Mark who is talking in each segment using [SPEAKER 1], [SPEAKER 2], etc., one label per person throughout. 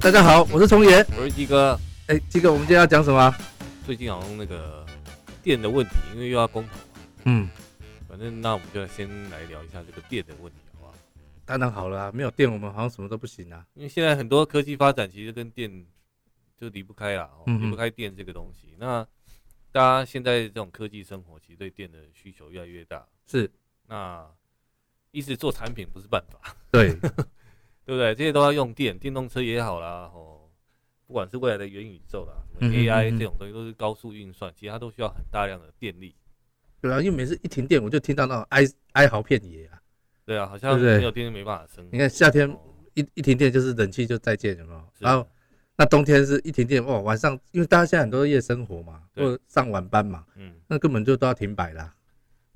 [SPEAKER 1] 大家好，我是重岩。
[SPEAKER 2] 我是鸡哥，
[SPEAKER 1] 哎，这个我们今天要讲什么？啊
[SPEAKER 2] 最近好像那个电的问题，因为又要公投，
[SPEAKER 1] 嗯，
[SPEAKER 2] 反正那我们就先来聊一下这个电的问题，好不好？
[SPEAKER 1] 当然好了啊，没有电我们好像什么都不行啊。
[SPEAKER 2] 因为现在很多科技发展其实跟电就离不开啦，哦
[SPEAKER 1] 嗯嗯
[SPEAKER 2] 离不开电这个东西。那大家现在这种科技生活，其实对电的需求越来越大。
[SPEAKER 1] 是，
[SPEAKER 2] 那一直做产品不是办法，
[SPEAKER 1] 对，
[SPEAKER 2] 对不对？这些都要用电，电动车也好啦，哦，不管是未来的元宇宙啦、
[SPEAKER 1] 嗯
[SPEAKER 2] 什
[SPEAKER 1] 嗯嗯
[SPEAKER 2] 么 AI
[SPEAKER 1] 嗯
[SPEAKER 2] 这种东西，都是高速运算，其实它都需要很大量的电力。
[SPEAKER 1] 对啊，因为每次一停电，我就听到那种哀哀嚎遍野啊。
[SPEAKER 2] 对啊，好像
[SPEAKER 1] 对不对
[SPEAKER 2] 没有电就没办法生活。
[SPEAKER 1] 你看夏天
[SPEAKER 2] 哦
[SPEAKER 1] 一一停电就是冷气就再见，有没有？
[SPEAKER 2] 是
[SPEAKER 1] 然后那冬天是一停电，哇，晚上因为大家现在很多夜生活嘛，
[SPEAKER 2] 对
[SPEAKER 1] 或者上晚班嘛，
[SPEAKER 2] 嗯，
[SPEAKER 1] 那根本就都要停摆啦。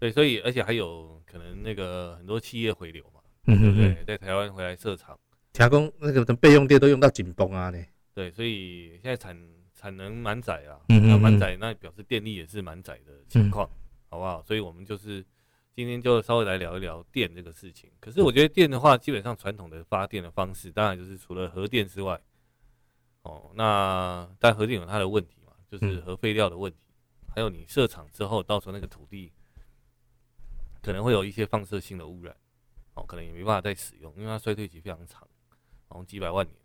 [SPEAKER 2] 对，所以而且还有可能那个很多企业回流嘛，
[SPEAKER 1] 嗯
[SPEAKER 2] 对不对？，在台湾回来设厂，
[SPEAKER 1] 调工那个等备用电都用到紧绷啊呢。
[SPEAKER 2] 对，所以现在产产能满载啊，
[SPEAKER 1] 嗯嗯
[SPEAKER 2] 那
[SPEAKER 1] 嗯
[SPEAKER 2] 满载那表示电力也是满载的情况，好不好？所以我们就是今天就稍微来聊一聊电这个事情。可
[SPEAKER 1] 嗯
[SPEAKER 2] 是我觉得电的话，基本上传统的发电的方式，当然就是除了核电之外，哦，那但核电有它的问题嘛，就是
[SPEAKER 1] 嗯
[SPEAKER 2] 核废料的问题，还有你设厂之后，到时候那个土地可能会有一些放射性的污染，哦，可能也没办法再使用，因为它衰退期非常长，好像几百万年，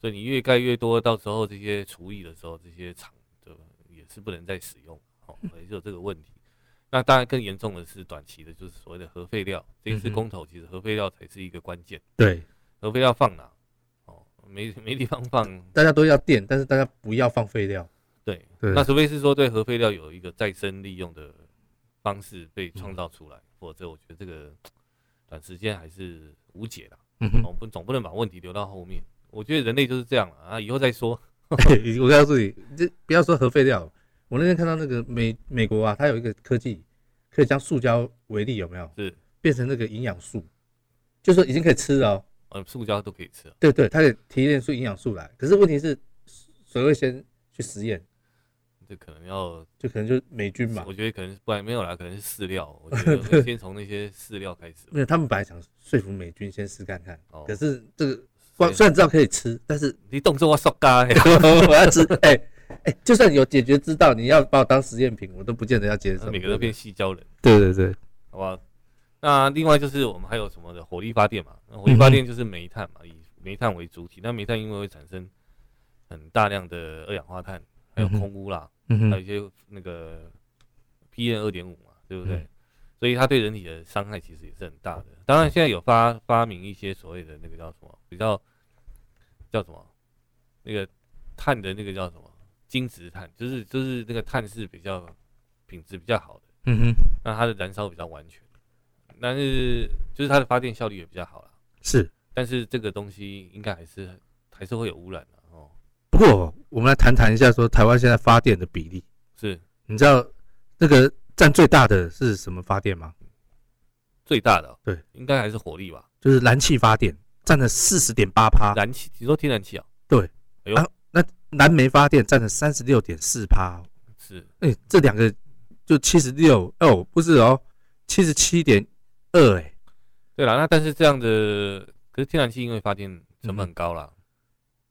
[SPEAKER 2] 所以你越盖越多，到时候这些厨艺的时候，这些厂就也是不能再使用，哦，
[SPEAKER 1] 嗯
[SPEAKER 2] 也是有这个问题。那当然更严重的是短期的，就是所谓的核废料。这一次
[SPEAKER 1] 嗯哼
[SPEAKER 2] 公投，其实核废料才是一个关键，
[SPEAKER 1] 对，
[SPEAKER 2] 核废料放哪？哦，没没地方放，
[SPEAKER 1] 大家都要电，但是大家不要放废料。
[SPEAKER 2] 对，
[SPEAKER 1] 对
[SPEAKER 2] 那除非是说对核废料有一个再生利用的方式被创造出来，否则我觉得这个短时间还是无解的。
[SPEAKER 1] 嗯
[SPEAKER 2] 我们总不能把问题留到后面。我觉得人类就是这样啊，以后再说。
[SPEAKER 1] 嘿我告诉你，这不要说核废料，我那天看到那个美美国啊，它有一个科技，可以将塑胶为例，有没有？
[SPEAKER 2] 是，
[SPEAKER 1] 变成那个营养素，就说已经可以吃了、哦。
[SPEAKER 2] 呃，塑胶都可以吃啊，
[SPEAKER 1] 对对，它也提炼出营养素来。可是问题是，谁会先去实验？
[SPEAKER 2] 这可能要，
[SPEAKER 1] 就可能就美军嘛
[SPEAKER 2] 我，觉得可能是不然没有啦，可能是饲料。我觉得会先从那些饲料开始吧。
[SPEAKER 1] 没有，他们本来想说服美军先试看看。
[SPEAKER 2] 哦
[SPEAKER 1] 可是这个
[SPEAKER 2] 所以
[SPEAKER 1] 光虽然知道可以吃，但是
[SPEAKER 2] 你动作我塑胶的，
[SPEAKER 1] 我要吃，哎、 哎、就算有解决之道，你要把我当实验品，我都不见得要接受。
[SPEAKER 2] 每个都变细胶人。
[SPEAKER 1] 对对对，
[SPEAKER 2] 好吧？那另外就是我们还有什么的火力发电嘛？
[SPEAKER 1] 嗯
[SPEAKER 2] 那火力发电就是煤炭嘛，以煤炭为主体。那煤炭因为会产生很大量的二氧化碳，还有
[SPEAKER 1] 嗯哼
[SPEAKER 2] 空污啦，
[SPEAKER 1] 嗯
[SPEAKER 2] 还有一些那个 PM 二点五嘛，对不对？
[SPEAKER 1] 嗯
[SPEAKER 2] 所以它对人体的伤害其实也是很大的。当然，现在有发发明一些所谓的那个叫什么，比较叫什么，那个碳的那个叫什么金质碳，就是就是那个碳是比较品质比较好的。
[SPEAKER 1] 嗯哼，
[SPEAKER 2] 那它的燃烧比较完全，但是就是它的发电效率也比较好啦。
[SPEAKER 1] 是。
[SPEAKER 2] 但是这个东西应该还是还是会有污染的哦，
[SPEAKER 1] 不过我们来谈谈一下，说台湾现在发电的比例，
[SPEAKER 2] 是
[SPEAKER 1] 你知道那个占最大的是什么发电吗？
[SPEAKER 2] 最大的哦、
[SPEAKER 1] 对，
[SPEAKER 2] 应该还是火力吧，
[SPEAKER 1] 就是燃气发电，占了四十点八趴，
[SPEAKER 2] 燃气，你说天然气啊、
[SPEAKER 1] 燃煤发电占了三十六点四趴。
[SPEAKER 2] 是
[SPEAKER 1] 哎、这两个就七十六哦，不是哦，七十七点二哎，
[SPEAKER 2] 对啦。那但是这样的，可是天然气因为发电成本很高啦，
[SPEAKER 1] 嗯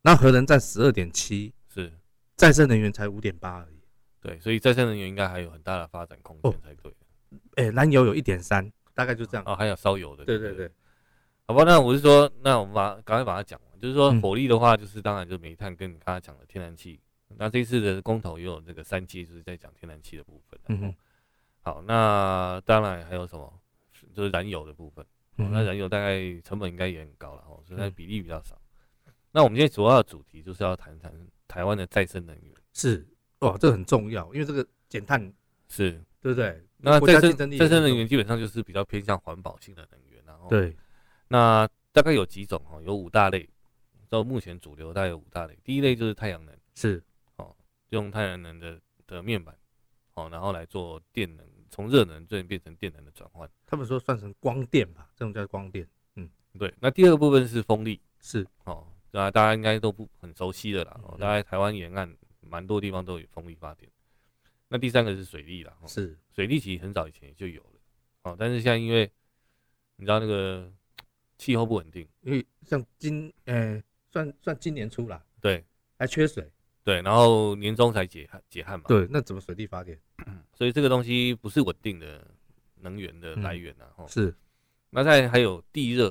[SPEAKER 1] 那核能占十二点七，
[SPEAKER 2] 是
[SPEAKER 1] 再生能源才五点八而已。
[SPEAKER 2] 对，所以再生能源应该还有很大的发展空
[SPEAKER 1] 哦
[SPEAKER 2] 间才对。
[SPEAKER 1] 哎、燃油有一点三，大概就这样。
[SPEAKER 2] 哦，还有烧油的，
[SPEAKER 1] 对对对，
[SPEAKER 2] 好吧，那我是说，那我们把赶快把它讲完。就是说
[SPEAKER 1] 嗯，
[SPEAKER 2] 火力的话，就是当然就是煤炭跟你刚才讲的天然气。那这次的公投也有这个三阶，就是在讲天然气的部分。啊
[SPEAKER 1] 嗯哼，
[SPEAKER 2] 好，那当然还有什么，就是燃油的部分。哦
[SPEAKER 1] 嗯
[SPEAKER 2] 那
[SPEAKER 1] 哼
[SPEAKER 2] 燃油大概成本应该也很高了哦，所以它
[SPEAKER 1] 嗯
[SPEAKER 2] 比例比较少。那我们今天主要的主题就是要谈谈台湾的再生能源。
[SPEAKER 1] 是哇，这很重要，因为这个减碳，
[SPEAKER 2] 是，
[SPEAKER 1] 对不对？
[SPEAKER 2] 那
[SPEAKER 1] 国家
[SPEAKER 2] 再
[SPEAKER 1] 竞
[SPEAKER 2] 生
[SPEAKER 1] 争力
[SPEAKER 2] 再
[SPEAKER 1] 也
[SPEAKER 2] 生
[SPEAKER 1] 很
[SPEAKER 2] 能
[SPEAKER 1] 重
[SPEAKER 2] 源基本上就是比较偏向环保性的能源，然后
[SPEAKER 1] 要，对，
[SPEAKER 2] 那大概有几种哦，有五大类。到目前主流大概有五大类，第一类就是太阳能，
[SPEAKER 1] 是，
[SPEAKER 2] 用太阳能的的面板，哦，然后来做电能，从热能转变成电能的转换。
[SPEAKER 1] 他们说算成光电吧，这种叫光电，
[SPEAKER 2] 对，那第二个部分是风力，
[SPEAKER 1] 是，
[SPEAKER 2] 哦，那大家应该都不很熟悉的啦，哦
[SPEAKER 1] 嗯，
[SPEAKER 2] 大概台湾沿岸蛮多地方都有风力发电。那第三个是水力啦，哦、
[SPEAKER 1] 是，
[SPEAKER 2] 水力其实很早以前就有了，哦，但是现在因为你知道那个气候不稳定，
[SPEAKER 1] 因为像今，呃，算算今年初啦，
[SPEAKER 2] 对
[SPEAKER 1] 还缺水，
[SPEAKER 2] 对，然后年终才解解旱嘛，
[SPEAKER 1] 对，那怎么水力发电？
[SPEAKER 2] 所以这个东西不是稳定的能源的
[SPEAKER 1] 嗯
[SPEAKER 2] 来源啊。吼
[SPEAKER 1] 是，
[SPEAKER 2] 那再还有地热，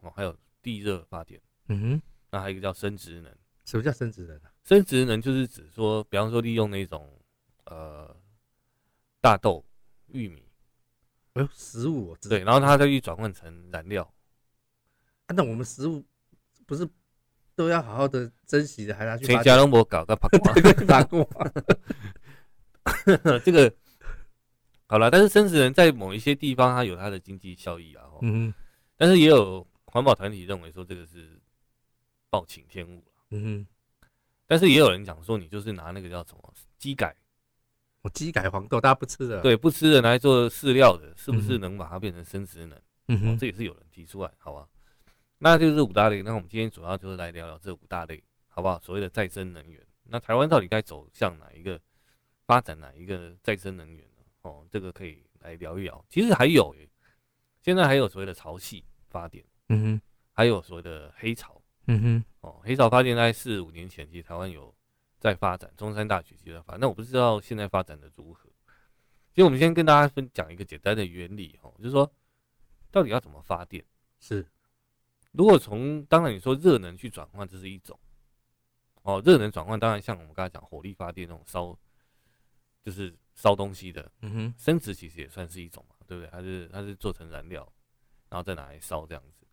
[SPEAKER 2] 哦，还有地热发电，
[SPEAKER 1] 嗯哼，
[SPEAKER 2] 那还有一个叫生殖能。
[SPEAKER 1] 什么叫生殖能啊？
[SPEAKER 2] 生殖能就是指说，比方说利用那种呃大豆、玉米，
[SPEAKER 1] 哎呦，食物我知道
[SPEAKER 2] 对，然后它再去转换成燃料。
[SPEAKER 1] 啊那我们食物不是都要好好的珍惜的，还拿去
[SPEAKER 2] 全
[SPEAKER 1] 发
[SPEAKER 2] 家都没搞 个八卦，
[SPEAKER 1] 对，打 过啊，
[SPEAKER 2] 这个好了。但是生殖能在某一些地方它有它的经济效益啊，吼
[SPEAKER 1] 嗯哼
[SPEAKER 2] 但是也有环保团体认为说这个是暴殄天物啦
[SPEAKER 1] 嗯哼，
[SPEAKER 2] 但是也有人讲说，你就是拿那个叫什么鸡改，
[SPEAKER 1] 我鸡改黄豆大家不吃的，，
[SPEAKER 2] 对，不吃的拿来做饲料的，是不是
[SPEAKER 1] 嗯
[SPEAKER 2] 能把它变成生殖能？
[SPEAKER 1] 嗯
[SPEAKER 2] 哦，这也是有人提出来，好吧？那就是五大类。那我们今天主要就是来聊聊这五大类，好不好？所谓的再生能源，那台湾到底该走向哪一个发展哪一个再生能源呢？哦，这个可以来聊一聊。其实还有耶，现在还有所谓的潮汐发电，
[SPEAKER 1] 嗯哼，
[SPEAKER 2] 还有所谓的黑潮。
[SPEAKER 1] 嗯哼，
[SPEAKER 2] 哦，黑潮发电在四五年前，其实台湾有在发展，中山大学其实在发展。那我不知道现在发展的如何。其实我们先跟大家分讲一个简单的原理哦，就是说到底要怎么发电。
[SPEAKER 1] 是，
[SPEAKER 2] 如果从当然你说热能去转换，这是一种哦，热能转换当然像我们刚才讲火力发电那种烧，就是烧东西的
[SPEAKER 1] 嗯哼，
[SPEAKER 2] 生殖其实也算是一种嘛，对不对？它是它是做成燃料，然后再拿来烧这样子。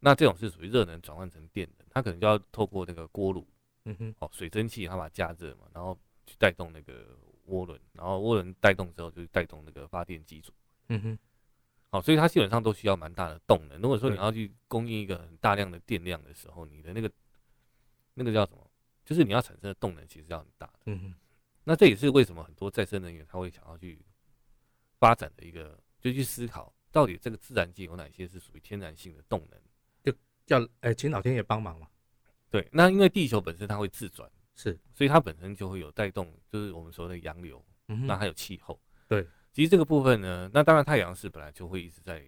[SPEAKER 2] 那这种是属于热能转换成电能，它可能就要透过那个锅炉
[SPEAKER 1] 嗯哼，
[SPEAKER 2] 哦，水蒸气它把它加热嘛，然后去带动那个涡轮，然后涡轮带动之后就是带动那个发电机组。
[SPEAKER 1] 嗯哼，
[SPEAKER 2] 好，所以它基本上都需要蛮大的动能。如果说你
[SPEAKER 1] 对
[SPEAKER 2] 要去供应一个很大量的电量的时候，你的那个那个叫什么？就是你要产生的动能其实要很大的。
[SPEAKER 1] 嗯哼，
[SPEAKER 2] 那这也是为什么很多再生能源它会想要去发展的一个，就去思考到底这个自然界有哪些是属于天然性的动能。
[SPEAKER 1] 叫哎，请老天爷帮忙嘛，
[SPEAKER 2] 对，那因为地球本身它会自转，
[SPEAKER 1] 是，
[SPEAKER 2] 所以它本身就会有带动，就是我们所谓的洋流，
[SPEAKER 1] 嗯哼
[SPEAKER 2] 那还有气候。
[SPEAKER 1] 对，
[SPEAKER 2] 其实这个部分呢，那当然太阳是本来就会一直在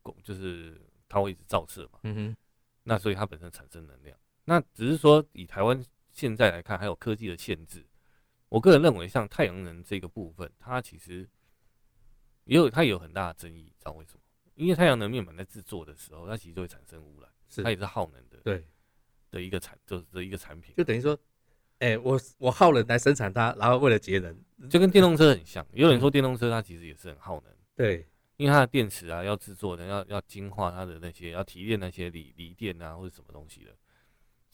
[SPEAKER 2] 供，就是它会一直照射嘛。
[SPEAKER 1] 嗯哼，
[SPEAKER 2] 那所以它本身产生能量。那只是说以台湾现在来看，还有科技的限制。我个人认为，像太阳能这个部分，它其实也有它也有很大的争议，你知道为什么？因为太阳能面板在制作的时候，它其实就会产生污染，
[SPEAKER 1] 是
[SPEAKER 2] 它，也是耗能的
[SPEAKER 1] 对，
[SPEAKER 2] 的一个产就是的一个产品，
[SPEAKER 1] 就等于说，哎，我我耗人来生产它，然后为了节能，
[SPEAKER 2] 就跟电动车很像。有人说电动车它其实也是很耗能，
[SPEAKER 1] 对，
[SPEAKER 2] 因为它的电池啊要制作的，要要精化它的那些，要提炼那些锂锂电啊或者什么东西的。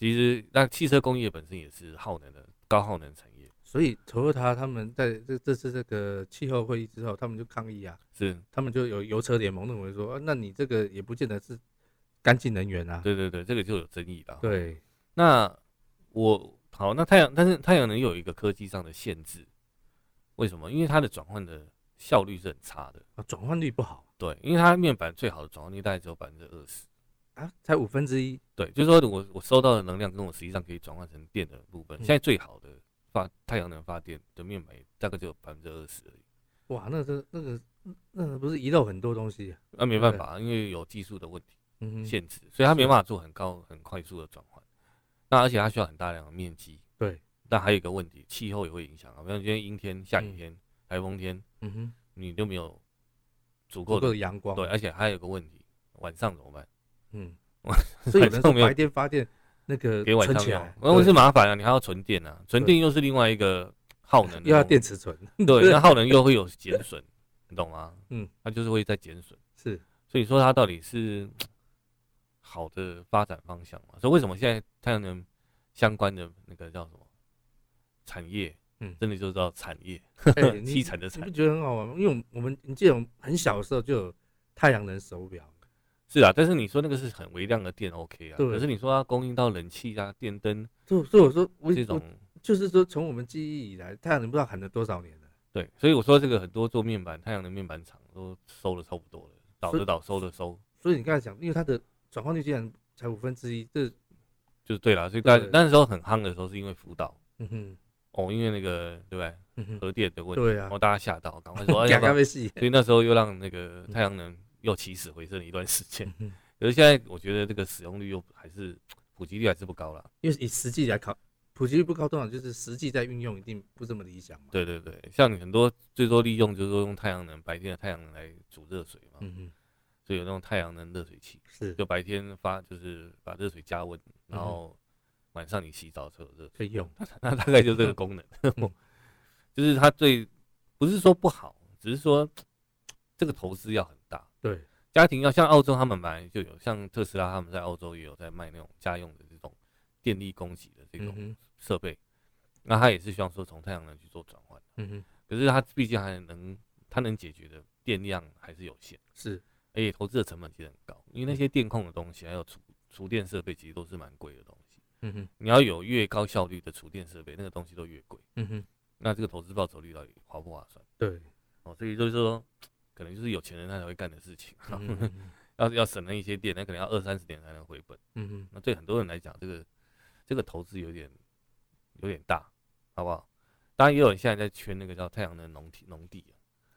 [SPEAKER 2] 其实那汽车工业本身也是耗能的高耗能产业。
[SPEAKER 1] 所以 Toyota 他们在这这次这个气候会议之后，他们就抗议啊，
[SPEAKER 2] 是，
[SPEAKER 1] 他们就有油车联盟认为说，啊那你这个也不见得是干净能源啊。
[SPEAKER 2] 对对对，这个就有争议了。，
[SPEAKER 1] 对，
[SPEAKER 2] 那我好，那太阳，但是太阳能又有一个科技上的限制，为什么？因为它的转换的效率是很差的。
[SPEAKER 1] 啊转换率不好
[SPEAKER 2] 对，因为它面板最好的转换率大概只有百分之二十。
[SPEAKER 1] 啊，才五分之一。
[SPEAKER 2] 对，就是说我我收到的能量跟我实际上可以转换成电的部分，
[SPEAKER 1] 嗯
[SPEAKER 2] 现在最好的发太阳能发电的面板也大概只有百分之二十而已。
[SPEAKER 1] 哇，那个那个那个不是遗漏很多东西、啊？
[SPEAKER 2] 那没办法，因为有技术的问题
[SPEAKER 1] 嗯哼，
[SPEAKER 2] 限制，所以它没
[SPEAKER 1] 是
[SPEAKER 2] 办法做很高很快速的转换。那而且它需要很大量的面积，
[SPEAKER 1] 对，
[SPEAKER 2] 但还有一个问题，气候也会影响啊。比如今天阴天、下雨天、台风天，
[SPEAKER 1] 嗯哼，
[SPEAKER 2] 你就没有足
[SPEAKER 1] 足
[SPEAKER 2] 够
[SPEAKER 1] 够
[SPEAKER 2] 的
[SPEAKER 1] 的阳光。
[SPEAKER 2] 对，，而且还有一个问题，晚上怎么办？
[SPEAKER 1] 嗯
[SPEAKER 2] 晚，
[SPEAKER 1] 所以有人说
[SPEAKER 2] 没有
[SPEAKER 1] 白天发电那个
[SPEAKER 2] 给晚
[SPEAKER 1] 存
[SPEAKER 2] 上
[SPEAKER 1] 起
[SPEAKER 2] 用
[SPEAKER 1] 来，，
[SPEAKER 2] 那问题是
[SPEAKER 1] 对
[SPEAKER 2] 麻烦啊，你还要存电啊，存电又是另外一个耗能的东西，
[SPEAKER 1] 又要电池存。
[SPEAKER 2] 对，那耗能又会有减损，你懂吗？
[SPEAKER 1] 嗯，
[SPEAKER 2] 它就是会在减损，
[SPEAKER 1] 是，
[SPEAKER 2] 所以说它到底是好的发展方向嘛？所以为什么现在太阳能相关的那个叫什么产业，
[SPEAKER 1] 嗯
[SPEAKER 2] 真的就叫产业，
[SPEAKER 1] 哎你
[SPEAKER 2] 凄惨的
[SPEAKER 1] 你
[SPEAKER 2] 惨
[SPEAKER 1] 不。觉得很好玩吗？因为我们我们你记得我们很小的时候就有太阳能手表，
[SPEAKER 2] 是啊，但是你说那个是很微量的电，OK 啊。
[SPEAKER 1] 对
[SPEAKER 2] 可是你说它供应到冷气啊、电灯
[SPEAKER 1] 就所以我说我
[SPEAKER 2] 这种
[SPEAKER 1] 我，就是说从我们记忆以来，太阳能不知道喊了多少年了。
[SPEAKER 2] 对，所以我说这个很多做面板、太阳能面板厂都收的差不多了，倒
[SPEAKER 1] 所以
[SPEAKER 2] 的倒，收的收，
[SPEAKER 1] 所以你刚才讲，因为它的转换率竟然才五分之一，这
[SPEAKER 2] 就是对啦。所以大
[SPEAKER 1] 对
[SPEAKER 2] 那时候很夯的时候是因为福岛
[SPEAKER 1] 嗯哼，
[SPEAKER 2] 哦，因为那个对不对？
[SPEAKER 1] 嗯哼，
[SPEAKER 2] 核电的问题，
[SPEAKER 1] 对啊
[SPEAKER 2] 然，后大家吓 到，赶快说，哎，要
[SPEAKER 1] 赶
[SPEAKER 2] 不要
[SPEAKER 1] 快被戏，嗯
[SPEAKER 2] 所以那时候又让那个太阳能又起死回生了一段时间
[SPEAKER 1] 嗯哼，
[SPEAKER 2] 可是现在我觉得这个使用率又还是普及率还是不高啦。
[SPEAKER 1] 因为以实际来考，普及率不高，通常就是实际在运用一定不这么理想嘛。，
[SPEAKER 2] 对对对，像很多最多利用就是说用太阳能，白天的太阳能来煮热水嘛，
[SPEAKER 1] 嗯嗯，
[SPEAKER 2] 所以有那种太阳能热水器，
[SPEAKER 1] 是
[SPEAKER 2] 就白天发就是把热水加温，
[SPEAKER 1] 嗯
[SPEAKER 2] 然
[SPEAKER 1] 哼
[SPEAKER 2] 后晚上你洗澡的时候有热水，
[SPEAKER 1] 可以用，
[SPEAKER 2] 那大概就
[SPEAKER 1] 嗯
[SPEAKER 2] 这个功能， 哦就是它最不是说不好，只是说这个投资要很大，
[SPEAKER 1] 对，
[SPEAKER 2] 家庭要像澳洲他们本来就有，像特斯拉他们在澳洲也有在卖那种家用的这种电力供给的这
[SPEAKER 1] 嗯
[SPEAKER 2] 种
[SPEAKER 1] 哼，
[SPEAKER 2] 设备，那他也是希望说从太阳能去做转换。
[SPEAKER 1] 嗯哼，
[SPEAKER 2] 可是它毕竟还能，它能解决的电量还是有限，
[SPEAKER 1] 是，
[SPEAKER 2] 而且投资的成本其实很高，因为那些电控的东西还有储储电设备其实都是蛮贵的东西。
[SPEAKER 1] 嗯哼，
[SPEAKER 2] 你要有越高效率的储电设备，那个东西都越贵，
[SPEAKER 1] 嗯哼，
[SPEAKER 2] 那这个投资报酬率到底划不划算？
[SPEAKER 1] 对，嗯
[SPEAKER 2] 哦，所以就是说，可能就是有钱人他才会干的事情，
[SPEAKER 1] 嗯哼嗯哼
[SPEAKER 2] 要要省了一些电，那可能要二三十年才能回本。
[SPEAKER 1] 嗯哼，
[SPEAKER 2] 那对很多人来讲，这个这个投资有点有点大，好不好？当然也有人现在在圈那个叫太阳能农地农地啊，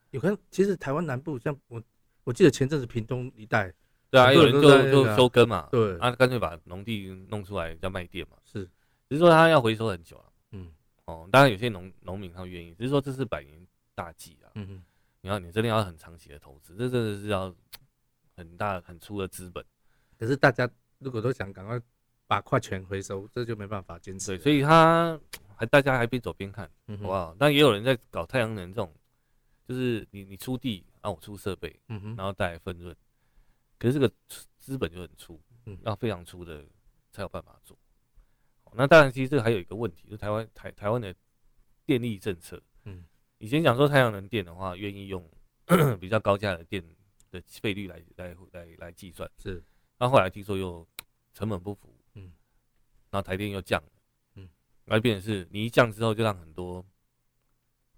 [SPEAKER 1] 有看，其实台湾南部像我，我记得前阵子屏东一带，
[SPEAKER 2] 对啊，
[SPEAKER 1] 很
[SPEAKER 2] 有
[SPEAKER 1] 多人
[SPEAKER 2] 人就
[SPEAKER 1] 都在那个
[SPEAKER 2] 就
[SPEAKER 1] 啊
[SPEAKER 2] 休耕嘛，
[SPEAKER 1] 对，
[SPEAKER 2] 啊，干脆把农地弄出来叫卖店嘛。
[SPEAKER 1] 是，
[SPEAKER 2] 只是说他要回收很久啊。
[SPEAKER 1] 嗯
[SPEAKER 2] 哦，当然有些农农民他们愿意，只是说这是百年大计啊。
[SPEAKER 1] 嗯哼，
[SPEAKER 2] 你要你真的要很长期的投资，这真的是要很大很粗的资本。
[SPEAKER 1] 可是大家如果都想赶快把矿权回收，这就没办法坚持
[SPEAKER 2] 对，
[SPEAKER 1] 了，
[SPEAKER 2] 所以他还大家还边走边看，
[SPEAKER 1] 嗯
[SPEAKER 2] 好不
[SPEAKER 1] 哼，
[SPEAKER 2] 好？但也有人在搞太阳能这种，就是你你出地，啊我出设备，
[SPEAKER 1] 嗯哼，
[SPEAKER 2] 然后带来分润，可是这个粗资本就很粗
[SPEAKER 1] 嗯，
[SPEAKER 2] 要非常粗的才有办法做。好那当然，其实这个还有一个问题，就是台湾台台湾的电力政策。
[SPEAKER 1] 嗯，
[SPEAKER 2] 以前讲说太阳能电的话，愿意用 比较高价的电的费率来来来来计算，
[SPEAKER 1] 是，
[SPEAKER 2] 那后来听说又成本不符，
[SPEAKER 1] 嗯，
[SPEAKER 2] 然后台电又降了，
[SPEAKER 1] 嗯，
[SPEAKER 2] 然后变成是你一降之后，就让很多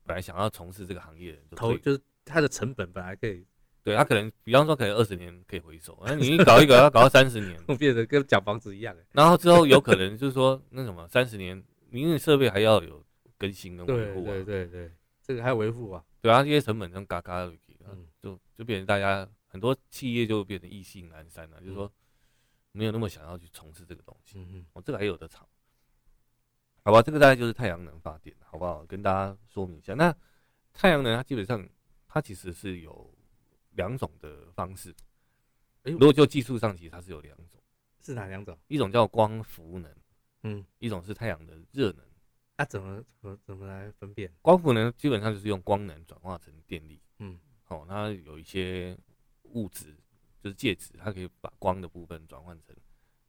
[SPEAKER 2] 本来想要从事这个行业的人就退
[SPEAKER 1] 投就是它的成本本来可以
[SPEAKER 2] 对他可能，比方说可能二十年可以回收，那你一搞一搞要搞到三十年，
[SPEAKER 1] 变得跟讲房子一样，哎
[SPEAKER 2] 然后之后有可能就是说那什么三十年，因为设备还要有更新跟维
[SPEAKER 1] 对
[SPEAKER 2] 护啊，
[SPEAKER 1] 对对对，这个还有维护啊，
[SPEAKER 2] 对啊，这些成本都嘎嘎的，
[SPEAKER 1] 嗯
[SPEAKER 2] 就就变成大家很多企业就变成意兴阑珊了，就是说没有那么想要去从事这个东西，
[SPEAKER 1] 嗯
[SPEAKER 2] 哦，这个还有的炒，好吧，这个大概就是太阳能发电，好不好？跟大家说明一下，那太阳能它基本上它其实是有两种的方式，
[SPEAKER 1] 哎
[SPEAKER 2] 如果就技术上，其实它是有两种，
[SPEAKER 1] 是哪两种？
[SPEAKER 2] 一种叫光伏能，
[SPEAKER 1] 嗯，
[SPEAKER 2] 一种是太阳的热能。
[SPEAKER 1] 啊，怎么怎么怎么来分辨？
[SPEAKER 2] 光伏能基本上就是用光能转化成电力，
[SPEAKER 1] 嗯，
[SPEAKER 2] 哦，它有一些物质，就是介质，它可以把光的部分转换成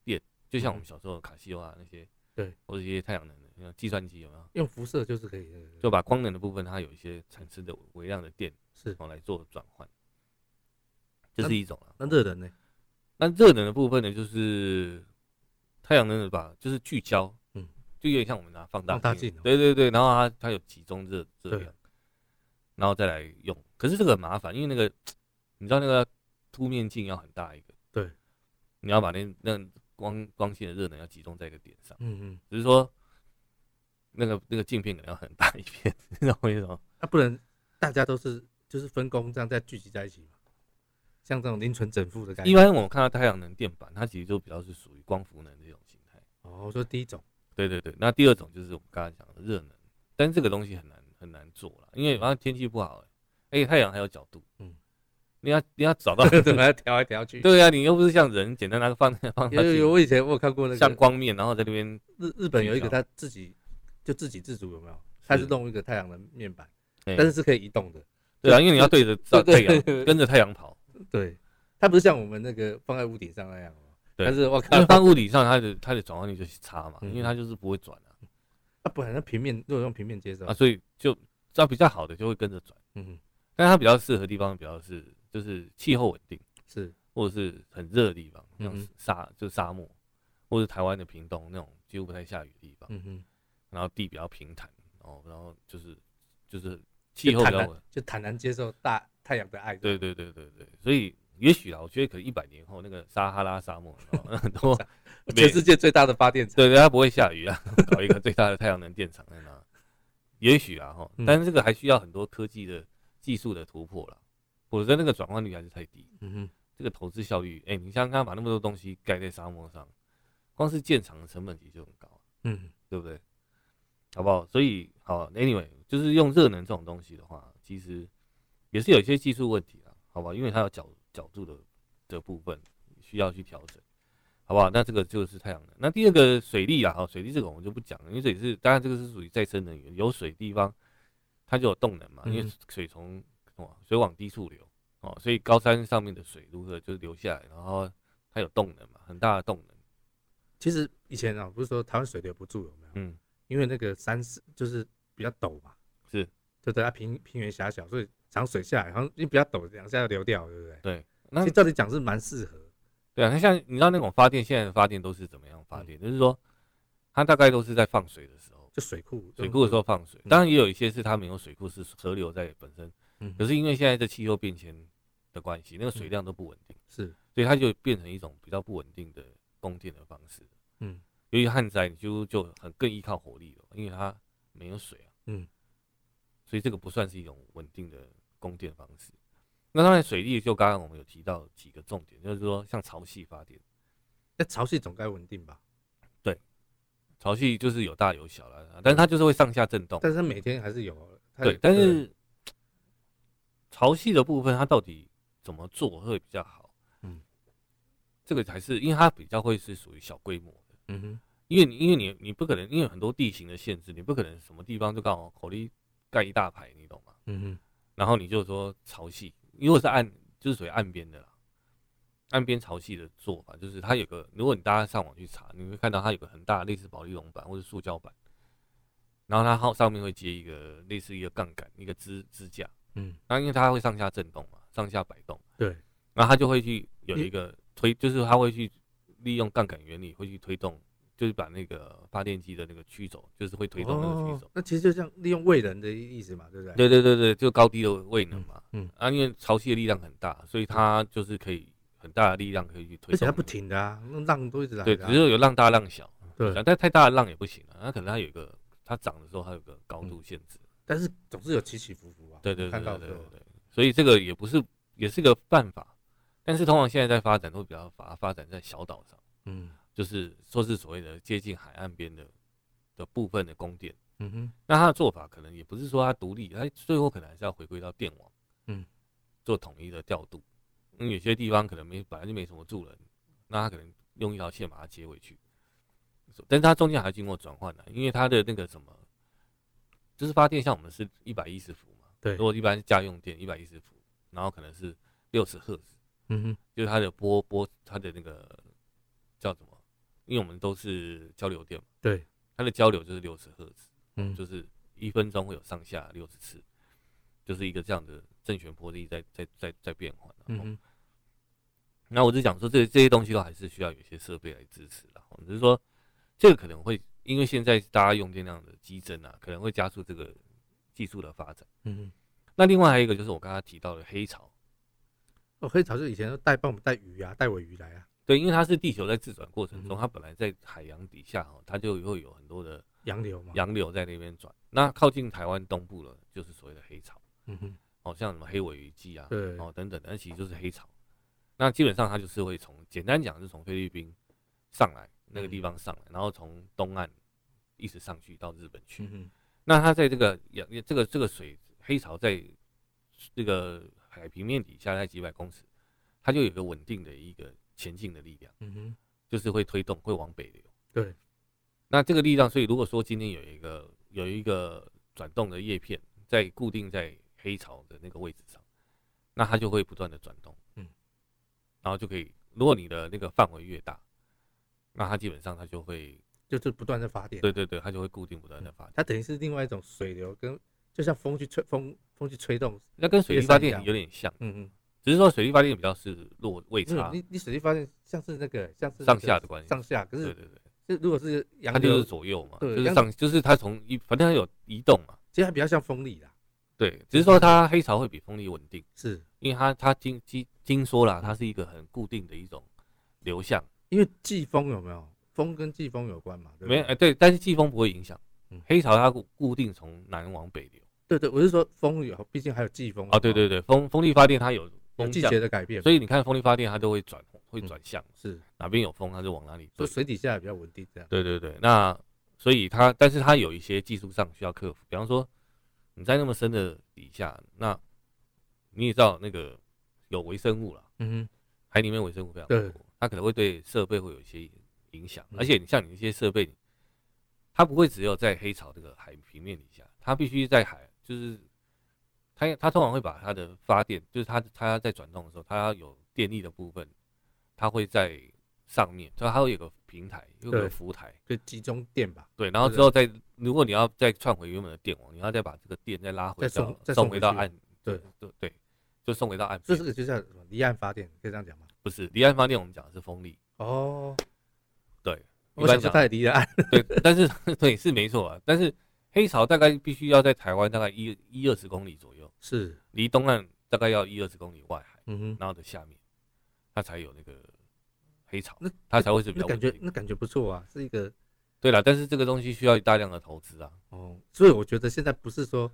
[SPEAKER 2] 电，就像我们小时候的卡西欧啊那些，
[SPEAKER 1] 嗯对，
[SPEAKER 2] 或者一些太阳能的，像计算机有没有？
[SPEAKER 1] 用辐射就是可以的，
[SPEAKER 2] 就把光能的部分，它有一些产生的微量的电，
[SPEAKER 1] 是。
[SPEAKER 2] 哦，来做转换，这是一种啊。
[SPEAKER 1] 那热能呢？
[SPEAKER 2] 那热能的部分呢，就是太阳能的吧，就是聚焦，
[SPEAKER 1] 嗯，
[SPEAKER 2] 就有点像我们拿放大
[SPEAKER 1] 放大镜哦
[SPEAKER 2] 对对对，然后它它有集中热热
[SPEAKER 1] 对
[SPEAKER 2] 量，然后再来用。可是这个很麻烦，因为那个你知道那个凸面镜要很大一个，
[SPEAKER 1] 对，
[SPEAKER 2] 你要把那那光光线的热能要集中在一个点上，
[SPEAKER 1] 嗯嗯，
[SPEAKER 2] 只是说那个那个镜片可能要很大一片， 你知道为什么？
[SPEAKER 1] 那、不能大家都是就是分工这样再聚集在一起嘛，像这种零存整付的概
[SPEAKER 2] 一
[SPEAKER 1] 念。
[SPEAKER 2] 般我看到太阳能电板，它其实就比较是属于光伏能这种形态。
[SPEAKER 1] 哦，我说第一种，
[SPEAKER 2] 对对对，那第二种就是我们刚才讲的热能，但是这个东西很难很难做了，因为然后天气不好、欸，哎、太阳还有角度，
[SPEAKER 1] 嗯，
[SPEAKER 2] 嗯，你要你要找到
[SPEAKER 1] 怎么来调来调去？
[SPEAKER 2] 对啊，你又不是像人简单拿个放放
[SPEAKER 1] 有
[SPEAKER 2] 大
[SPEAKER 1] 有有，
[SPEAKER 2] 镜，
[SPEAKER 1] 我以前我有看过那
[SPEAKER 2] 像
[SPEAKER 1] 个
[SPEAKER 2] 光面，然后在那边，
[SPEAKER 1] 日日本有一个
[SPEAKER 2] 聚焦
[SPEAKER 1] 他自己就自给自足有没有？他是弄一个太阳能面板，
[SPEAKER 2] 哎
[SPEAKER 1] 但是是可以移动的。
[SPEAKER 2] 对啊，因为你要对着照太
[SPEAKER 1] 对对
[SPEAKER 2] 阳，跟着太阳跑，
[SPEAKER 1] 对，它不是像我们那个放在屋顶上那样哦。
[SPEAKER 2] 对
[SPEAKER 1] 但是我
[SPEAKER 2] 因
[SPEAKER 1] 看
[SPEAKER 2] 为放物理上它的它的转换率就是差嘛，
[SPEAKER 1] 嗯
[SPEAKER 2] 因为它就是不会转啊，
[SPEAKER 1] 啊，不然那平面如果用平面接收
[SPEAKER 2] 啊，，所以就照比较好的就会跟着转，
[SPEAKER 1] 嗯，
[SPEAKER 2] 但它比较适合的地方比较是就是气候稳定。
[SPEAKER 1] 是，
[SPEAKER 2] 或者是很热的地方，像
[SPEAKER 1] 嗯哼
[SPEAKER 2] 沙就是沙漠，或者台湾的屏东那种几乎不太下雨的地方，
[SPEAKER 1] 嗯哼，
[SPEAKER 2] 然后地比较平坦，然后然后就是就是气
[SPEAKER 1] 就
[SPEAKER 2] 候比
[SPEAKER 1] 坦
[SPEAKER 2] 较
[SPEAKER 1] 然
[SPEAKER 2] 稳，
[SPEAKER 1] 就坦然接受大太阳的爱。
[SPEAKER 2] 对对对对对，所以也许啊啦，我觉得可能一百年后那个撒哈拉沙漠，然后 很多
[SPEAKER 1] 全世界最大的发电厂，
[SPEAKER 2] 对对，它不会下雨啊，搞一个最大的太阳能电厂在那，也许啊哈，
[SPEAKER 1] 嗯
[SPEAKER 2] 但是这个还需要很多科技的技术的突破啦，否则那个转换率还是太低。
[SPEAKER 1] 嗯哼，
[SPEAKER 2] 这个投资效率，哎、你想想看，把那么多东西盖在沙漠上，光是建厂的成本其实就很高，
[SPEAKER 1] 嗯，
[SPEAKER 2] 对不对？好不好？所以好，anyway，就是用热能这种东西的话，其实也是有一些技术问题啊，好吧？因为它有角角度的的部分需要去调整，好不好？那这个就是太阳能。那第二个水利啊，好，水利这个我们就不讲了，因为这也是当然这个是属于再生能源，有水地方它就有动能嘛，因为
[SPEAKER 1] 嗯
[SPEAKER 2] 水从哦水往低处流哦，所以高山上面的水如何就是流下来，然后它有动能嘛，很大的动能，
[SPEAKER 1] 其实以前啊，不是说台湾水留不住有没有？
[SPEAKER 2] 嗯，
[SPEAKER 1] 因为那个山是就是比较陡嘛，
[SPEAKER 2] 是
[SPEAKER 1] 对不对？它平平原狭小，所以涨水下来，好像因为比较陡，两下就流掉了，对不对？
[SPEAKER 2] 对。那
[SPEAKER 1] 其实照理讲是蛮适合，
[SPEAKER 2] 对啊，那像你知道那种发电，现在的发电都是怎么样
[SPEAKER 1] 嗯
[SPEAKER 2] 发电？就是说，它大概都是在放水的时候，
[SPEAKER 1] 就水库
[SPEAKER 2] 水库的时候放水。
[SPEAKER 1] 嗯
[SPEAKER 2] 当然也有一些是它没有水库，是河流在本身。
[SPEAKER 1] 嗯
[SPEAKER 2] 可是因为现在的气候变迁的关系，那个水量都不稳定，
[SPEAKER 1] 是
[SPEAKER 2] 所以它就变成一种比较不稳定的供电的方式。
[SPEAKER 1] 嗯，
[SPEAKER 2] 由于旱灾，你就就很更依靠火力了，因为它没有水啊。
[SPEAKER 1] 嗯，
[SPEAKER 2] 所以这个不算是一种稳定的供电方式。那当然，水利就刚刚我们有提到几个重点，就是说像潮汐发电。
[SPEAKER 1] 那潮汐总该稳定吧？
[SPEAKER 2] 潮汐就是有大有小啦，但是它就是会上下震动。
[SPEAKER 1] 但是它每天还是有，它
[SPEAKER 2] 对，但是潮汐的部分，它到底怎么做会比较好？
[SPEAKER 1] 嗯，
[SPEAKER 2] 这个才是因为它比较会是属于小规模的，
[SPEAKER 1] 嗯哼，
[SPEAKER 2] 因为你因为你你不可能因为有很多地形的限制，你不可能什么地方就刚好口力盖一大排，你懂吗？
[SPEAKER 1] 嗯哼，
[SPEAKER 2] 然后你就说潮汐，如果是岸就是属于岸边的啦，岸边潮汐的做法就是它有个，如果你大家上网去查，你会看到它有个很大的类似保丽龙板或者塑胶板，然后它后上面会接一个类似一个杠杆一个支支架，
[SPEAKER 1] 嗯，
[SPEAKER 2] 那因为它会上下震动嘛，上下摆动，
[SPEAKER 1] 对，
[SPEAKER 2] 然后它就会去有一个推，就是它会去利用杠杆原理会去推动，就是把那个发电机的那个驱走，就是会推动那个驱走
[SPEAKER 1] 哦。那其实就像利用喂人的意思嘛，对不对？，
[SPEAKER 2] 对对对对，就高低的位能嘛。
[SPEAKER 1] 嗯嗯
[SPEAKER 2] 啊，因为潮汐的力量很大，所以它就是可以很大的力量可以去推动。
[SPEAKER 1] 而且它不。停的啊，那浪都一直来
[SPEAKER 2] 对，
[SPEAKER 1] 的
[SPEAKER 2] 只
[SPEAKER 1] 啊、
[SPEAKER 2] 是有浪大浪小，
[SPEAKER 1] 对
[SPEAKER 2] 但太大的浪也不行啊。那可能它有一个，它涨的时候它有个高
[SPEAKER 1] 嗯
[SPEAKER 2] 度限制。
[SPEAKER 1] 但是总是有起起伏伏啊。
[SPEAKER 2] 对对对
[SPEAKER 1] 看到
[SPEAKER 2] 对对
[SPEAKER 1] 的时候
[SPEAKER 2] 对。所以这个也不是，也是个办法，但是通常现在在发展都比较把它发展在小岛上，
[SPEAKER 1] 嗯
[SPEAKER 2] 就是说是所谓的接近海岸边的的部分的供电。
[SPEAKER 1] 嗯哼，
[SPEAKER 2] 那它的做法可能也不是说它独立，它最后可能还是要回归到电网，
[SPEAKER 1] 嗯，
[SPEAKER 2] 做统一的调度。嗯，有些地方可能没本来就没什么住人，那它可能用一条线把它接回去，但是它中间还经过转换的，因为它的那个什么，就是发电像我们是一百一十伏嘛，
[SPEAKER 1] 对
[SPEAKER 2] 如果一般是家用电一百一十伏，然后可能是六十赫兹，
[SPEAKER 1] 嗯哼，
[SPEAKER 2] 就是它的波波它的那个叫什么？因为我们都是交流电嘛，
[SPEAKER 1] 对，
[SPEAKER 2] 它的交流就是六十赫兹。
[SPEAKER 1] 嗯就
[SPEAKER 2] 就是一分钟会有上下六十次，就是一个这样的正弦波粒在在在在变换、啊。
[SPEAKER 1] 嗯哼，
[SPEAKER 2] 那我只讲说这这些东西都还是需要有一些设备来支持的，吼只是说这个可能会因为现在大家用电量的激增啊，可能会加速这个技术的发展。
[SPEAKER 1] 嗯哼。
[SPEAKER 2] 那另外还有一个就是我刚才提到的黑潮，
[SPEAKER 1] 哦，黑潮就以前都带帮我们带鱼啊，带尾鱼来啊，
[SPEAKER 2] 对，因为它是地球在自转过程中，
[SPEAKER 1] 嗯
[SPEAKER 2] 它本来在海洋底下哈，它就会有很多的
[SPEAKER 1] 洋流嘛。
[SPEAKER 2] 洋流在那边转。那靠近台湾东部了，就是所谓的黑潮。
[SPEAKER 1] 嗯哼，
[SPEAKER 2] 哦，像什么黑尾鱼季啊，
[SPEAKER 1] 对
[SPEAKER 2] 哦等等的，那其实就是黑潮。那基本上它就是会从，简单讲是从菲律宾上来那个
[SPEAKER 1] 嗯
[SPEAKER 2] 地方上来，然后从东岸一直上去到日本去。
[SPEAKER 1] 嗯哼，
[SPEAKER 2] 那它在这个洋这个这个水黑潮在这个海平面底下在几百公尺，它就有一个稳定的一个前进的力量，
[SPEAKER 1] 嗯哼，
[SPEAKER 2] 就是会推动会往北流。
[SPEAKER 1] 对，
[SPEAKER 2] 那这个力量，所以如果说今天有一个有一个转动的叶片在固定在黑潮的那个位置上，那它就会不断的转动，
[SPEAKER 1] 嗯，
[SPEAKER 2] 然后就可以，如果你的那个范围越大，那它基本上它就会，
[SPEAKER 1] 就是不断的发电。
[SPEAKER 2] 对对对，它就会固定不断的发电。
[SPEAKER 1] 它等于是另外一种水流，跟就像风去吹风，风去吹动。
[SPEAKER 2] 那跟水力发电有点像，
[SPEAKER 1] 嗯嗯，
[SPEAKER 2] 只是说水力发电比较是落位
[SPEAKER 1] 没有
[SPEAKER 2] 差，
[SPEAKER 1] 你你水力发电像是那个像是那
[SPEAKER 2] 上
[SPEAKER 1] 个
[SPEAKER 2] 下的关系，
[SPEAKER 1] 上下，可
[SPEAKER 2] 对
[SPEAKER 1] 是
[SPEAKER 2] 对对，
[SPEAKER 1] 这如果是洋
[SPEAKER 2] 它就
[SPEAKER 1] 流
[SPEAKER 2] 是，左右嘛，
[SPEAKER 1] 对
[SPEAKER 2] 就是
[SPEAKER 1] 洋
[SPEAKER 2] 上就是它从一反正它有移动嘛，
[SPEAKER 1] 其实还比较像风力啦。
[SPEAKER 2] 对，只是说它黑潮会比风力稳定。
[SPEAKER 1] 是
[SPEAKER 2] 因为它它听听听说啦，它是一个很固定的一种流向，
[SPEAKER 1] 因为季风有没有？风跟季风有关嘛？对不
[SPEAKER 2] 没
[SPEAKER 1] 对
[SPEAKER 2] 有哎、对，但是季风不会影响
[SPEAKER 1] 嗯。
[SPEAKER 2] 黑潮它固固定从南往北流哦
[SPEAKER 1] 对对，我是说风有，毕竟还有季风
[SPEAKER 2] 啊，对，对对，风风力发电它有风
[SPEAKER 1] 哦季
[SPEAKER 2] 向
[SPEAKER 1] 节的改变嘛，
[SPEAKER 2] 所以你看风力发电它都会转会转向，
[SPEAKER 1] 是
[SPEAKER 2] 哪边有风它就往哪里
[SPEAKER 1] 所
[SPEAKER 2] 转
[SPEAKER 1] 以。水底下也比较稳定这样。
[SPEAKER 2] 对对对，那所以它，但是它有一些技术上需要克服，比方说你在那么深的底下，那你也知道那个有微生物啦，
[SPEAKER 1] 嗯
[SPEAKER 2] 海里面微生物非常多
[SPEAKER 1] 对，
[SPEAKER 2] 它可能会对设备会有一些影响，
[SPEAKER 1] 嗯
[SPEAKER 2] 而且你像你一些设备，它不会只有在黑潮这个海平面底下，它必须在海，就是它它通常会把它的发电，就是它它在转动的时候，它有电力的部分，它会在上面，所以它会有个平台，有个
[SPEAKER 1] 对
[SPEAKER 2] 浮台，
[SPEAKER 1] 就集中电吧，
[SPEAKER 2] 对，然后
[SPEAKER 1] 是
[SPEAKER 2] 之后再，如果你要再串回原本的电网，你要再把这个电再拉回
[SPEAKER 1] 再送
[SPEAKER 2] 到
[SPEAKER 1] 再
[SPEAKER 2] 送
[SPEAKER 1] 送
[SPEAKER 2] 回
[SPEAKER 1] 回
[SPEAKER 2] 到
[SPEAKER 1] 去
[SPEAKER 2] 岸，
[SPEAKER 1] 对
[SPEAKER 2] 对对，就送回到岸
[SPEAKER 1] 所
[SPEAKER 2] 边
[SPEAKER 1] 以这。个就叫什么离岸发电，可以这样讲吗？
[SPEAKER 2] 不是离岸发电，我们讲的是风力，
[SPEAKER 1] 哦，
[SPEAKER 2] 对，一
[SPEAKER 1] 我想
[SPEAKER 2] 般
[SPEAKER 1] 说
[SPEAKER 2] 讲
[SPEAKER 1] 它也离了岸，
[SPEAKER 2] 对，但是 对是没错啊，但是黑潮大概必须要在台湾大概一一二十公里左右，
[SPEAKER 1] 是，
[SPEAKER 2] 离东岸大概要一二十公里外海，
[SPEAKER 1] 嗯哼，
[SPEAKER 2] 然后的下面，它才有那个黑潮
[SPEAKER 1] 那，
[SPEAKER 2] 它才会是比
[SPEAKER 1] 那
[SPEAKER 2] 较
[SPEAKER 1] 感
[SPEAKER 2] 稳
[SPEAKER 1] 觉
[SPEAKER 2] 定。
[SPEAKER 1] 那感觉不错啊，是一个
[SPEAKER 2] 对了，但是这个东西需要大量的投资啊，
[SPEAKER 1] 哦，所以我觉得现在不是说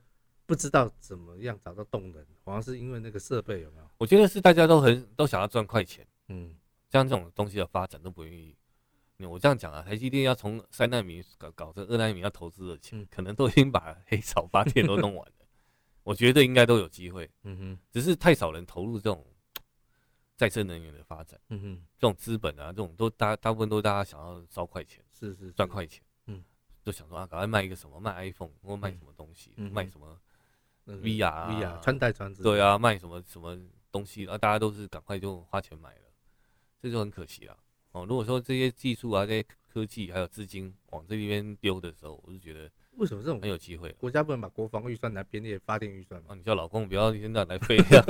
[SPEAKER 1] 不知道怎么样找到动能，好像是因为那个设备有没有？
[SPEAKER 2] 我觉得是大家都很都想要赚快钱。
[SPEAKER 1] 嗯，
[SPEAKER 2] 像这种东西的发展都不愿意。你我这样讲啊，台积电要从三纳米搞搞成二纳米要投资的钱，
[SPEAKER 1] 嗯
[SPEAKER 2] 可能都已经把黑潮发电都弄完 了。我觉得应该都有机会，
[SPEAKER 1] 嗯哼，
[SPEAKER 2] 只是太少人投入这种再生能源的发展，
[SPEAKER 1] 嗯哼，
[SPEAKER 2] 这种资本啊，这种都大大部分都大家想要烧快钱、
[SPEAKER 1] 是是
[SPEAKER 2] 赚，快钱，
[SPEAKER 1] 嗯，
[SPEAKER 2] 就想说啊，赶快卖一个什么，卖 iPhone 或卖
[SPEAKER 1] 嗯
[SPEAKER 2] 什么东西，
[SPEAKER 1] 嗯哼
[SPEAKER 2] 卖什么，VR 啊
[SPEAKER 1] VR 穿戴装置，
[SPEAKER 2] 对啊，卖什么什么东西，啊，大家都是赶快就花钱买了，这就很可惜啦。哦，如果说这些技术啊、这些科技还有资金往这边丢的时候，我就觉得
[SPEAKER 1] 为什么这种
[SPEAKER 2] 很有机会了。
[SPEAKER 1] 国家不能把国防预算来编列发电预算吗？
[SPEAKER 2] 啊，你叫老公不要一天到晚来飞 啊，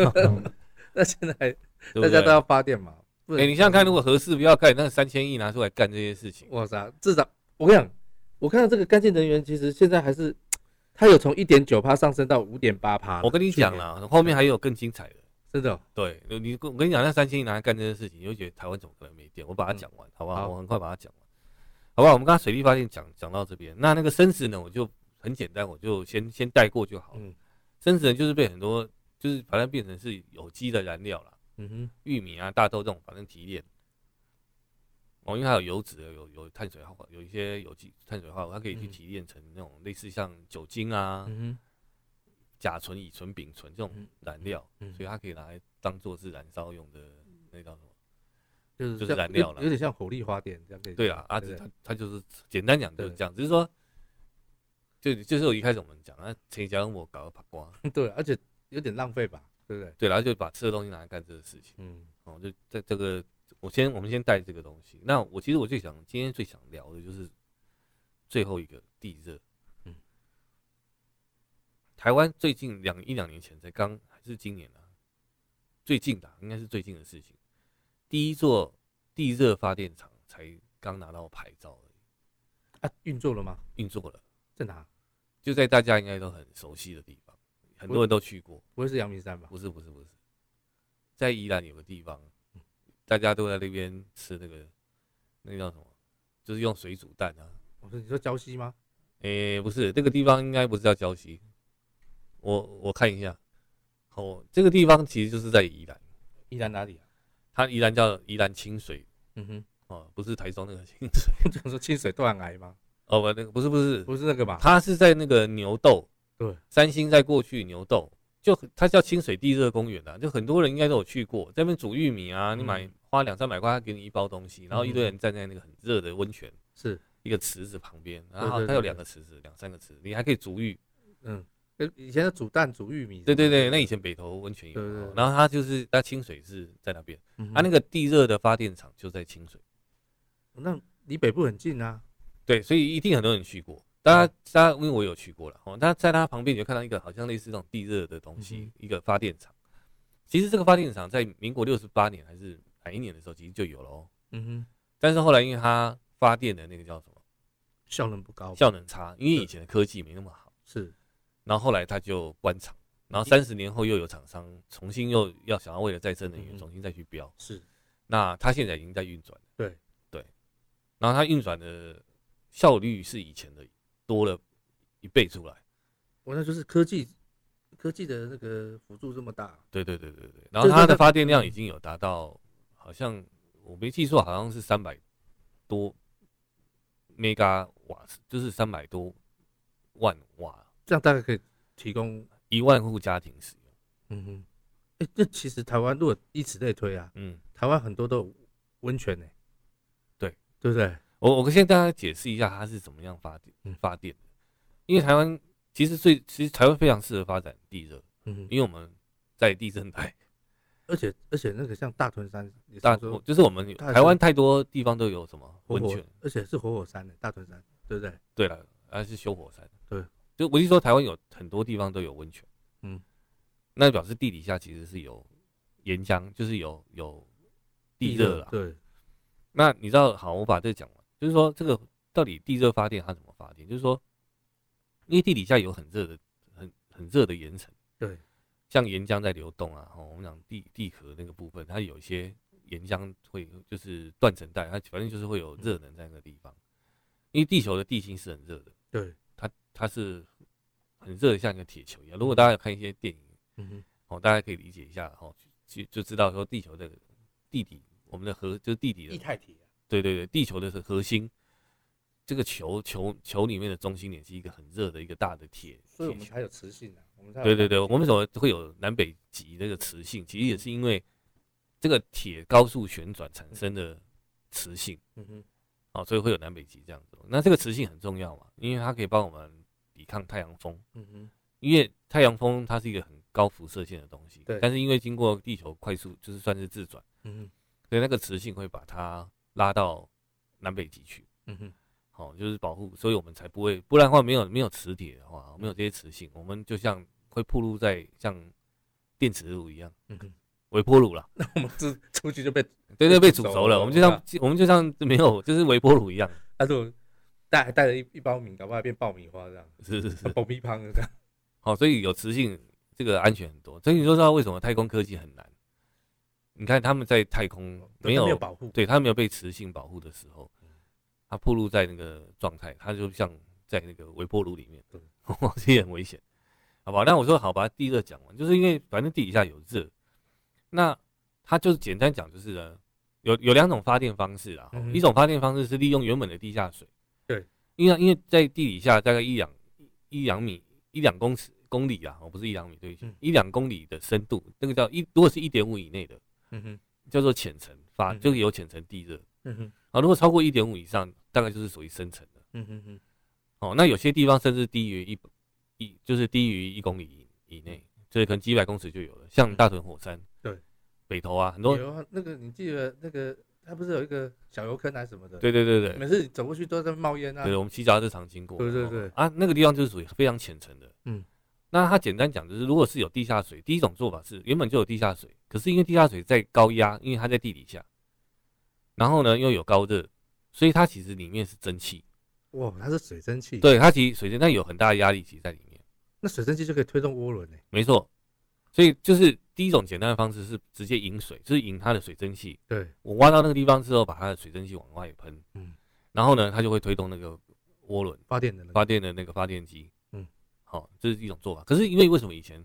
[SPEAKER 1] 那现在
[SPEAKER 2] 对不
[SPEAKER 1] 大家都
[SPEAKER 2] 对？
[SPEAKER 1] 要发电嘛？不
[SPEAKER 2] 哎、
[SPEAKER 1] 能
[SPEAKER 2] 你想想看，如果合适不要干，那三千亿拿出来干这些事情，
[SPEAKER 1] 哇塞，至少我跟你讲，我看到这个干净能源，其实现在还是它有从一点九趴上升到五点八趴。
[SPEAKER 2] 我跟你讲啊啦，后面还有更精彩的。
[SPEAKER 1] 去年，真的哦、
[SPEAKER 2] 对，你我跟你讲，那三千亿拿来干这件事情，你就觉得台湾怎么可能没电？我把它讲完，好不好？
[SPEAKER 1] 好
[SPEAKER 2] 我很快把它讲完，好不好？我们刚刚水利发电讲讲到这边，那那个生子呢，我就很简单，我就先先带过就好了。
[SPEAKER 1] 嗯
[SPEAKER 2] 生子呢，就是被很多就是把它变成是有机的燃料啦，
[SPEAKER 1] 嗯哼，
[SPEAKER 2] 玉米啊、大豆这种，反正提炼。哦，因为它有油脂，有有碳水化合物，有一些有机碳水化合物，它可以去
[SPEAKER 1] 嗯
[SPEAKER 2] 提炼成那种类似像酒精啊、
[SPEAKER 1] 嗯
[SPEAKER 2] 甲醇、乙醇、丙醇这种
[SPEAKER 1] 嗯
[SPEAKER 2] 燃料，
[SPEAKER 1] 嗯
[SPEAKER 2] 所以它可以拿来当做是燃烧用的那叫什么？
[SPEAKER 1] 哼，就是
[SPEAKER 2] 就是
[SPEAKER 1] 像
[SPEAKER 2] 燃料啦
[SPEAKER 1] 有有点像火力发电这样可以。
[SPEAKER 2] 对啊，阿
[SPEAKER 1] 对
[SPEAKER 2] 紫
[SPEAKER 1] 不对
[SPEAKER 2] 他他就是简单讲就是
[SPEAKER 1] 对
[SPEAKER 2] 这样，只是说，就就是我一开始我们讲啊，陈家跟我搞个八卦，
[SPEAKER 1] 对，啊而且有点浪费吧，对不对？
[SPEAKER 2] 对，然后就把吃的东西拿来干这个事情，
[SPEAKER 1] 嗯
[SPEAKER 2] 哦，就在这个我先我们先带这个东西。那我其实我最想今天最想聊的就是最后一个地热，
[SPEAKER 1] 嗯
[SPEAKER 2] 台湾最近两一两年前才刚还是今年啊，最近的啊应该是最近的事情，第一座地热发电厂才刚拿到牌照而已，
[SPEAKER 1] 啊，运作了吗？
[SPEAKER 2] 运作了。
[SPEAKER 1] 在哪？
[SPEAKER 2] 就在大家应该都很熟悉的地方，很多人都去过。
[SPEAKER 1] 不会是阳明山吧？
[SPEAKER 2] 不是不是不是，在宜兰有个地方，大家都在那边吃那个那个叫什么，就是用水煮蛋啊。
[SPEAKER 1] 我说你说礁溪吗？
[SPEAKER 2] 诶、不是，这个地方应该不是叫礁溪，我我看一下，哦，这个地方其实就是在宜兰，
[SPEAKER 1] 宜兰哪里啊？
[SPEAKER 2] 它宜兰叫宜兰清水
[SPEAKER 1] 嗯哼，
[SPEAKER 2] 哦，不是台中那个清水
[SPEAKER 1] 我想说清水断崖吗？
[SPEAKER 2] 哦，不，那个不是不是，
[SPEAKER 1] 不是那个吧？
[SPEAKER 2] 它是在那个牛豆，
[SPEAKER 1] 对，
[SPEAKER 2] 三星在过去牛豆，就很它叫清水地热公园啊，就很多人应该都有去过，在那边煮玉米啊，你买
[SPEAKER 1] 嗯
[SPEAKER 2] 花两三百块，他给你一包东西，然后一堆
[SPEAKER 1] 嗯
[SPEAKER 2] 人站在那个很热的温泉
[SPEAKER 1] 是，
[SPEAKER 2] 一个池子旁边，然
[SPEAKER 1] 对
[SPEAKER 2] 后
[SPEAKER 1] 对
[SPEAKER 2] 它有
[SPEAKER 1] 对
[SPEAKER 2] 两个池子，两三个池子，你还可以煮玉，
[SPEAKER 1] 嗯，跟以前的煮蛋、煮玉米什么
[SPEAKER 2] 对
[SPEAKER 1] 的。
[SPEAKER 2] 对对，那以前北投温泉有
[SPEAKER 1] 对对
[SPEAKER 2] 哦，
[SPEAKER 1] 对
[SPEAKER 2] 然后它就是它清水是在那边，
[SPEAKER 1] 嗯哼
[SPEAKER 2] 它那个地热的发电厂就在清水，
[SPEAKER 1] 那离北部很近啊。
[SPEAKER 2] 对，所以一定很多人去过。大家，大家因为我有去过了哦，那在它旁边你就看到一个好像类似那种地热的东西
[SPEAKER 1] 嗯，
[SPEAKER 2] 一个发电厂。其实这个发电厂在民国六十八年还是哪一年的时候，其实就有了哦。
[SPEAKER 1] 嗯哼，
[SPEAKER 2] 但是后来因为它发电的那个叫什么
[SPEAKER 1] 效能不高。
[SPEAKER 2] 效能差，因为
[SPEAKER 1] 是
[SPEAKER 2] 以前的科技没那么好，
[SPEAKER 1] 是，
[SPEAKER 2] 然后后来它就关厂，然
[SPEAKER 1] 嗯
[SPEAKER 2] 后三十年后又有厂商重新又要想要为了再生能源
[SPEAKER 1] 嗯
[SPEAKER 2] 重新再去标，
[SPEAKER 1] 是
[SPEAKER 2] 那它现在已经在运转了。
[SPEAKER 1] 对
[SPEAKER 2] 对，然后它运转的效率是以前的多了一倍出来。
[SPEAKER 1] 哦我那就是科技科技的那个辅助这么大，
[SPEAKER 2] 对对对对对，然后它的发电量已经有达到，好像我没记错，好像是三百多 mega 瓦，就是三百多万瓦，
[SPEAKER 1] 这样大概可以提供，
[SPEAKER 2] 一万户家庭使用。
[SPEAKER 1] 嗯哼，哎、这其实台湾如果以此类推啊，
[SPEAKER 2] 嗯，
[SPEAKER 1] 台湾很多都有温泉呢、
[SPEAKER 2] 对
[SPEAKER 1] 对不对？
[SPEAKER 2] 我我先跟大家解释一下它是怎么样发电
[SPEAKER 1] 嗯
[SPEAKER 2] 发电的，因为台湾其实最其实台湾非常适合发展地热，
[SPEAKER 1] 嗯哼，
[SPEAKER 2] 因为我们在地震带，
[SPEAKER 1] 而且而且那个像大屯山，也
[SPEAKER 2] 大
[SPEAKER 1] 是说
[SPEAKER 2] 就是我们
[SPEAKER 1] 大
[SPEAKER 2] 台湾太多地方都有什么
[SPEAKER 1] 活
[SPEAKER 2] 温
[SPEAKER 1] 火
[SPEAKER 2] 泉，
[SPEAKER 1] 而且是活火山的、大屯山，对不对？
[SPEAKER 2] 对了，还是修火山。
[SPEAKER 1] 对，
[SPEAKER 2] 就我就说台湾有很多地方都有温泉，
[SPEAKER 1] 嗯，
[SPEAKER 2] 那表示地底下其实是有岩浆，就是有有地热啦。
[SPEAKER 1] 对，
[SPEAKER 2] 那你知道，好，我把这个讲完，就是说这个到底地热发电它怎么发电？就是说，因为地底下有很热的、很很热的岩层，
[SPEAKER 1] 对，
[SPEAKER 2] 像岩浆在流动啊，哦，我们讲地地壳那个部分，它有一些岩浆会就是断层带，它反正就是会有热能在那个地方，因为地球的地心是很热的，
[SPEAKER 1] 对，
[SPEAKER 2] 它它是很热，像一个铁球一样。如果大家有看一些电影，
[SPEAKER 1] 嗯哼，
[SPEAKER 2] 哦，大家可以理解一下，哦，就就知道说地球的地底，我们的核就是地底的
[SPEAKER 1] 液态体、啊，
[SPEAKER 2] 对对对，地球的核心，这个球球球里面的中心点是一个很热的一个大的铁
[SPEAKER 1] 所以
[SPEAKER 2] 铁
[SPEAKER 1] 我们
[SPEAKER 2] 球。
[SPEAKER 1] 才有磁性啊，我们才有
[SPEAKER 2] 对对对，我们为什么会有南北极那个磁性？其实
[SPEAKER 1] 嗯
[SPEAKER 2] 也是因为这个铁高速旋转产生的磁性
[SPEAKER 1] 嗯哼，
[SPEAKER 2] 哦，所以会有南北极这样子。那这个磁性很重要嘛，因为它可以帮我们抵抗太阳风，
[SPEAKER 1] 嗯哼，
[SPEAKER 2] 因为太阳风它是一个很高辐射线的东西
[SPEAKER 1] 对，
[SPEAKER 2] 但是因为经过地球快速就是算是自转，
[SPEAKER 1] 嗯哼，
[SPEAKER 2] 所以那个磁性会把它拉到南北极去。
[SPEAKER 1] 嗯哼，
[SPEAKER 2] 好、哦就是保护，所以我们才不会，不然的话没有没有磁铁的话，没有这些磁性，我们就像会暴露在像电磁炉一样，
[SPEAKER 1] 嗯哼，
[SPEAKER 2] 微波炉啦，
[SPEAKER 1] 我们这出去就被，
[SPEAKER 2] 对对，被煮熟
[SPEAKER 1] 被煮熟
[SPEAKER 2] 了，
[SPEAKER 1] 了
[SPEAKER 2] 我们就像我们就像没有，就是微波炉一样，
[SPEAKER 1] 他说带还带了一一包米，搞不好还变爆米花这样，
[SPEAKER 2] 是是是，
[SPEAKER 1] 爆米汤这样，
[SPEAKER 2] 好、所以有磁性这个安全很多，所以你就知道为什么太空科技很难。你看他们在太空
[SPEAKER 1] 对
[SPEAKER 2] 没
[SPEAKER 1] 它
[SPEAKER 2] 有
[SPEAKER 1] 没有保护，
[SPEAKER 2] 对他没有被磁性保护的时候，
[SPEAKER 1] 嗯
[SPEAKER 2] 他暴露在那个状态，他就像在那个微波炉里面
[SPEAKER 1] 对，
[SPEAKER 2] 这也很危险，好吧？那我说好吧，地热讲完，就是因为反正地底下有热，那他就是简单讲就是呢，有有两种发电方式啦，
[SPEAKER 1] 嗯哼
[SPEAKER 2] 一种发电方式是利用原本的地下水，
[SPEAKER 1] 对，
[SPEAKER 2] 因为因为在地底下大概一两一两米一两公尺公里啊，哦不是一两米，对不起
[SPEAKER 1] 嗯，
[SPEAKER 2] 一两公里的深度，那个叫一，如果是一点五以内的，
[SPEAKER 1] 嗯哼，
[SPEAKER 2] 叫做浅层发，
[SPEAKER 1] 嗯
[SPEAKER 2] 就是有浅层地热。
[SPEAKER 1] 嗯哼，
[SPEAKER 2] 啊，如果超过一点五以上，大概就是属于深层的。
[SPEAKER 1] 嗯哼哼，
[SPEAKER 2] 哦，那有些地方甚至低于一一，就是低于一公里以以内，就是可能几百公尺就有了，像大屯火山，
[SPEAKER 1] 对，
[SPEAKER 2] 北投啊，很多，
[SPEAKER 1] 有啊那个你记得那个，它不是有一个小油坑还是什么的，
[SPEAKER 2] 对对对对，
[SPEAKER 1] 每次走过去都在冒烟啊，
[SPEAKER 2] 对，我们骑脚踏车常经过，
[SPEAKER 1] 对对
[SPEAKER 2] 哦
[SPEAKER 1] 对
[SPEAKER 2] 啊，那个地方就是属于非常浅层的，
[SPEAKER 1] 嗯，
[SPEAKER 2] 那它简单讲就是，如果是有地下水，第一种做法是原本就有地下水，可是因为地下水在高压，因为它在地底下，然后呢又有高热，所以它其实里面是蒸汽，
[SPEAKER 1] 哇，它是水蒸气，，
[SPEAKER 2] 对，它其实水蒸，但有很大的压力其实在里面。
[SPEAKER 1] 那水蒸气就可以推动涡轮欸呢，
[SPEAKER 2] 没错，所以就是第一种简单的方式是直接引水，就是引它的水蒸气。
[SPEAKER 1] 对，
[SPEAKER 2] 我挖到那个地方之后，把它的水蒸气往外喷，
[SPEAKER 1] 嗯，
[SPEAKER 2] 然后呢，它就会推动那个涡轮
[SPEAKER 1] 发电的那个，
[SPEAKER 2] 发电的那个发电机，
[SPEAKER 1] 嗯，
[SPEAKER 2] 好、这是一种做法。可是因为为什么以前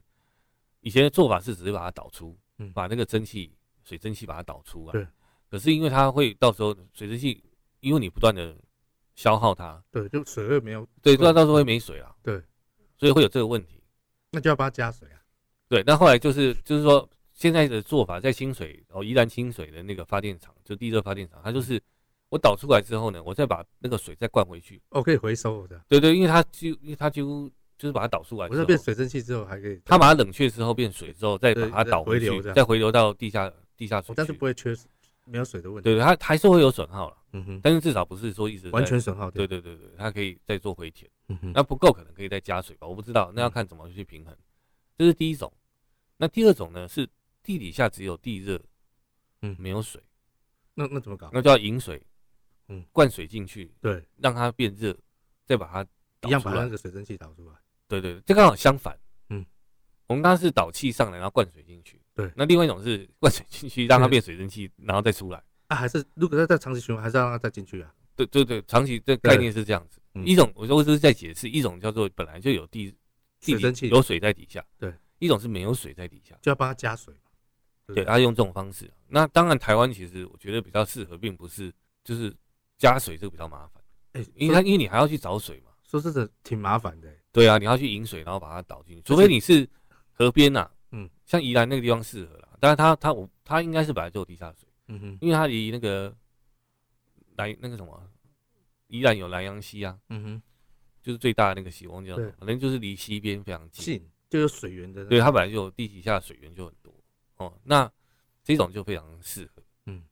[SPEAKER 2] 以前的做法是只是把它导出，
[SPEAKER 1] 嗯
[SPEAKER 2] 把那个蒸汽水蒸气把它导出啊，
[SPEAKER 1] 对。
[SPEAKER 2] 可是因为它会到时候水蒸气，因为你不断的消耗它，
[SPEAKER 1] 对，就水位没有，
[SPEAKER 2] 对，不然到时候会没水了，
[SPEAKER 1] 对，
[SPEAKER 2] 所以会有这个问题。
[SPEAKER 1] 那就要帮它加水啊，
[SPEAKER 2] 对，那后来就是就是说，现在的做法在清水哦，宜兰清水的那个发电厂，就地热发电厂，它
[SPEAKER 1] 嗯
[SPEAKER 2] 就是我导出来之后呢，我再把那个水再灌回去。
[SPEAKER 1] 哦，可以回收的，
[SPEAKER 2] 对对，因为它几因为它几乎就是把它导出来
[SPEAKER 1] 我
[SPEAKER 2] 之
[SPEAKER 1] 这
[SPEAKER 2] 后，
[SPEAKER 1] 变水蒸气之后还可以，
[SPEAKER 2] 它把它冷却之后变水之后，再把
[SPEAKER 1] 对
[SPEAKER 2] 它
[SPEAKER 1] 再
[SPEAKER 2] 导回
[SPEAKER 1] 回
[SPEAKER 2] 去，
[SPEAKER 1] 流这样
[SPEAKER 2] 再回流到地下地下
[SPEAKER 1] 哦
[SPEAKER 2] 水去。
[SPEAKER 1] 但是不会缺水没有水的问题，
[SPEAKER 2] 对对，它它还是会有损耗了，
[SPEAKER 1] 嗯哼，
[SPEAKER 2] 但是至少不是说一直在
[SPEAKER 1] 完全损耗掉，
[SPEAKER 2] 对对对对，它可以再做回填。
[SPEAKER 1] 嗯哼，
[SPEAKER 2] 那不够可能可以再加水吧，我不知道，那要看怎么去平衡。这是第一种。那第二种呢是地底下只有地热，
[SPEAKER 1] 嗯
[SPEAKER 2] 没有水，
[SPEAKER 1] 那那怎么搞？
[SPEAKER 2] 那就要引水，
[SPEAKER 1] 嗯，
[SPEAKER 2] 灌水进去，
[SPEAKER 1] 对，
[SPEAKER 2] 让它变热，再把它
[SPEAKER 1] 一
[SPEAKER 2] 导
[SPEAKER 1] 样
[SPEAKER 2] 出
[SPEAKER 1] 把它那
[SPEAKER 2] 来。
[SPEAKER 1] 个水蒸气导出来，
[SPEAKER 2] 对对，对这刚好相反。
[SPEAKER 1] 嗯，
[SPEAKER 2] 我们刚刚是导气上来，然后灌水进去。
[SPEAKER 1] 对
[SPEAKER 2] 那另外一 种是灌水进去，让它变水蒸气，然后再出来。
[SPEAKER 1] 啊，还是如果它再长期循环，还是要让它再进去啊，
[SPEAKER 2] 对对对，长期这概念是这样子。
[SPEAKER 1] 嗯
[SPEAKER 2] 一种我说我只是在解释，一种叫做本来就有地地
[SPEAKER 1] 水蒸气
[SPEAKER 2] 底有水在底下，
[SPEAKER 1] 对，
[SPEAKER 2] 一种是没有水在底下。
[SPEAKER 1] 就要帮它加水嘛。对
[SPEAKER 2] 对，他啊用这种方式。那当然，台湾其实我觉得比较适合，并不是就是加水这个比较麻烦，
[SPEAKER 1] 哎、
[SPEAKER 2] 因为它因为你还要去找水嘛。
[SPEAKER 1] 说真的挺麻烦的、欸
[SPEAKER 2] 对啊，你要去引水，然后把它倒进去，除非你是河边呐、
[SPEAKER 1] 嗯
[SPEAKER 2] 嗯，像宜兰那个地方适合啦。但是它它我它应该是本来就有地下水，
[SPEAKER 1] 嗯哼，
[SPEAKER 2] 因为它离那个南那个什么宜兰有南洋溪啊，
[SPEAKER 1] 嗯哼，
[SPEAKER 2] 就是最大的那个溪，我忘记叫什么
[SPEAKER 1] 对，
[SPEAKER 2] 反正就是离西边非常近。
[SPEAKER 1] 近就有水源的，
[SPEAKER 2] 对，它啊本来就有地底下水源就很多哦。那这种就非常适合。
[SPEAKER 1] 嗯，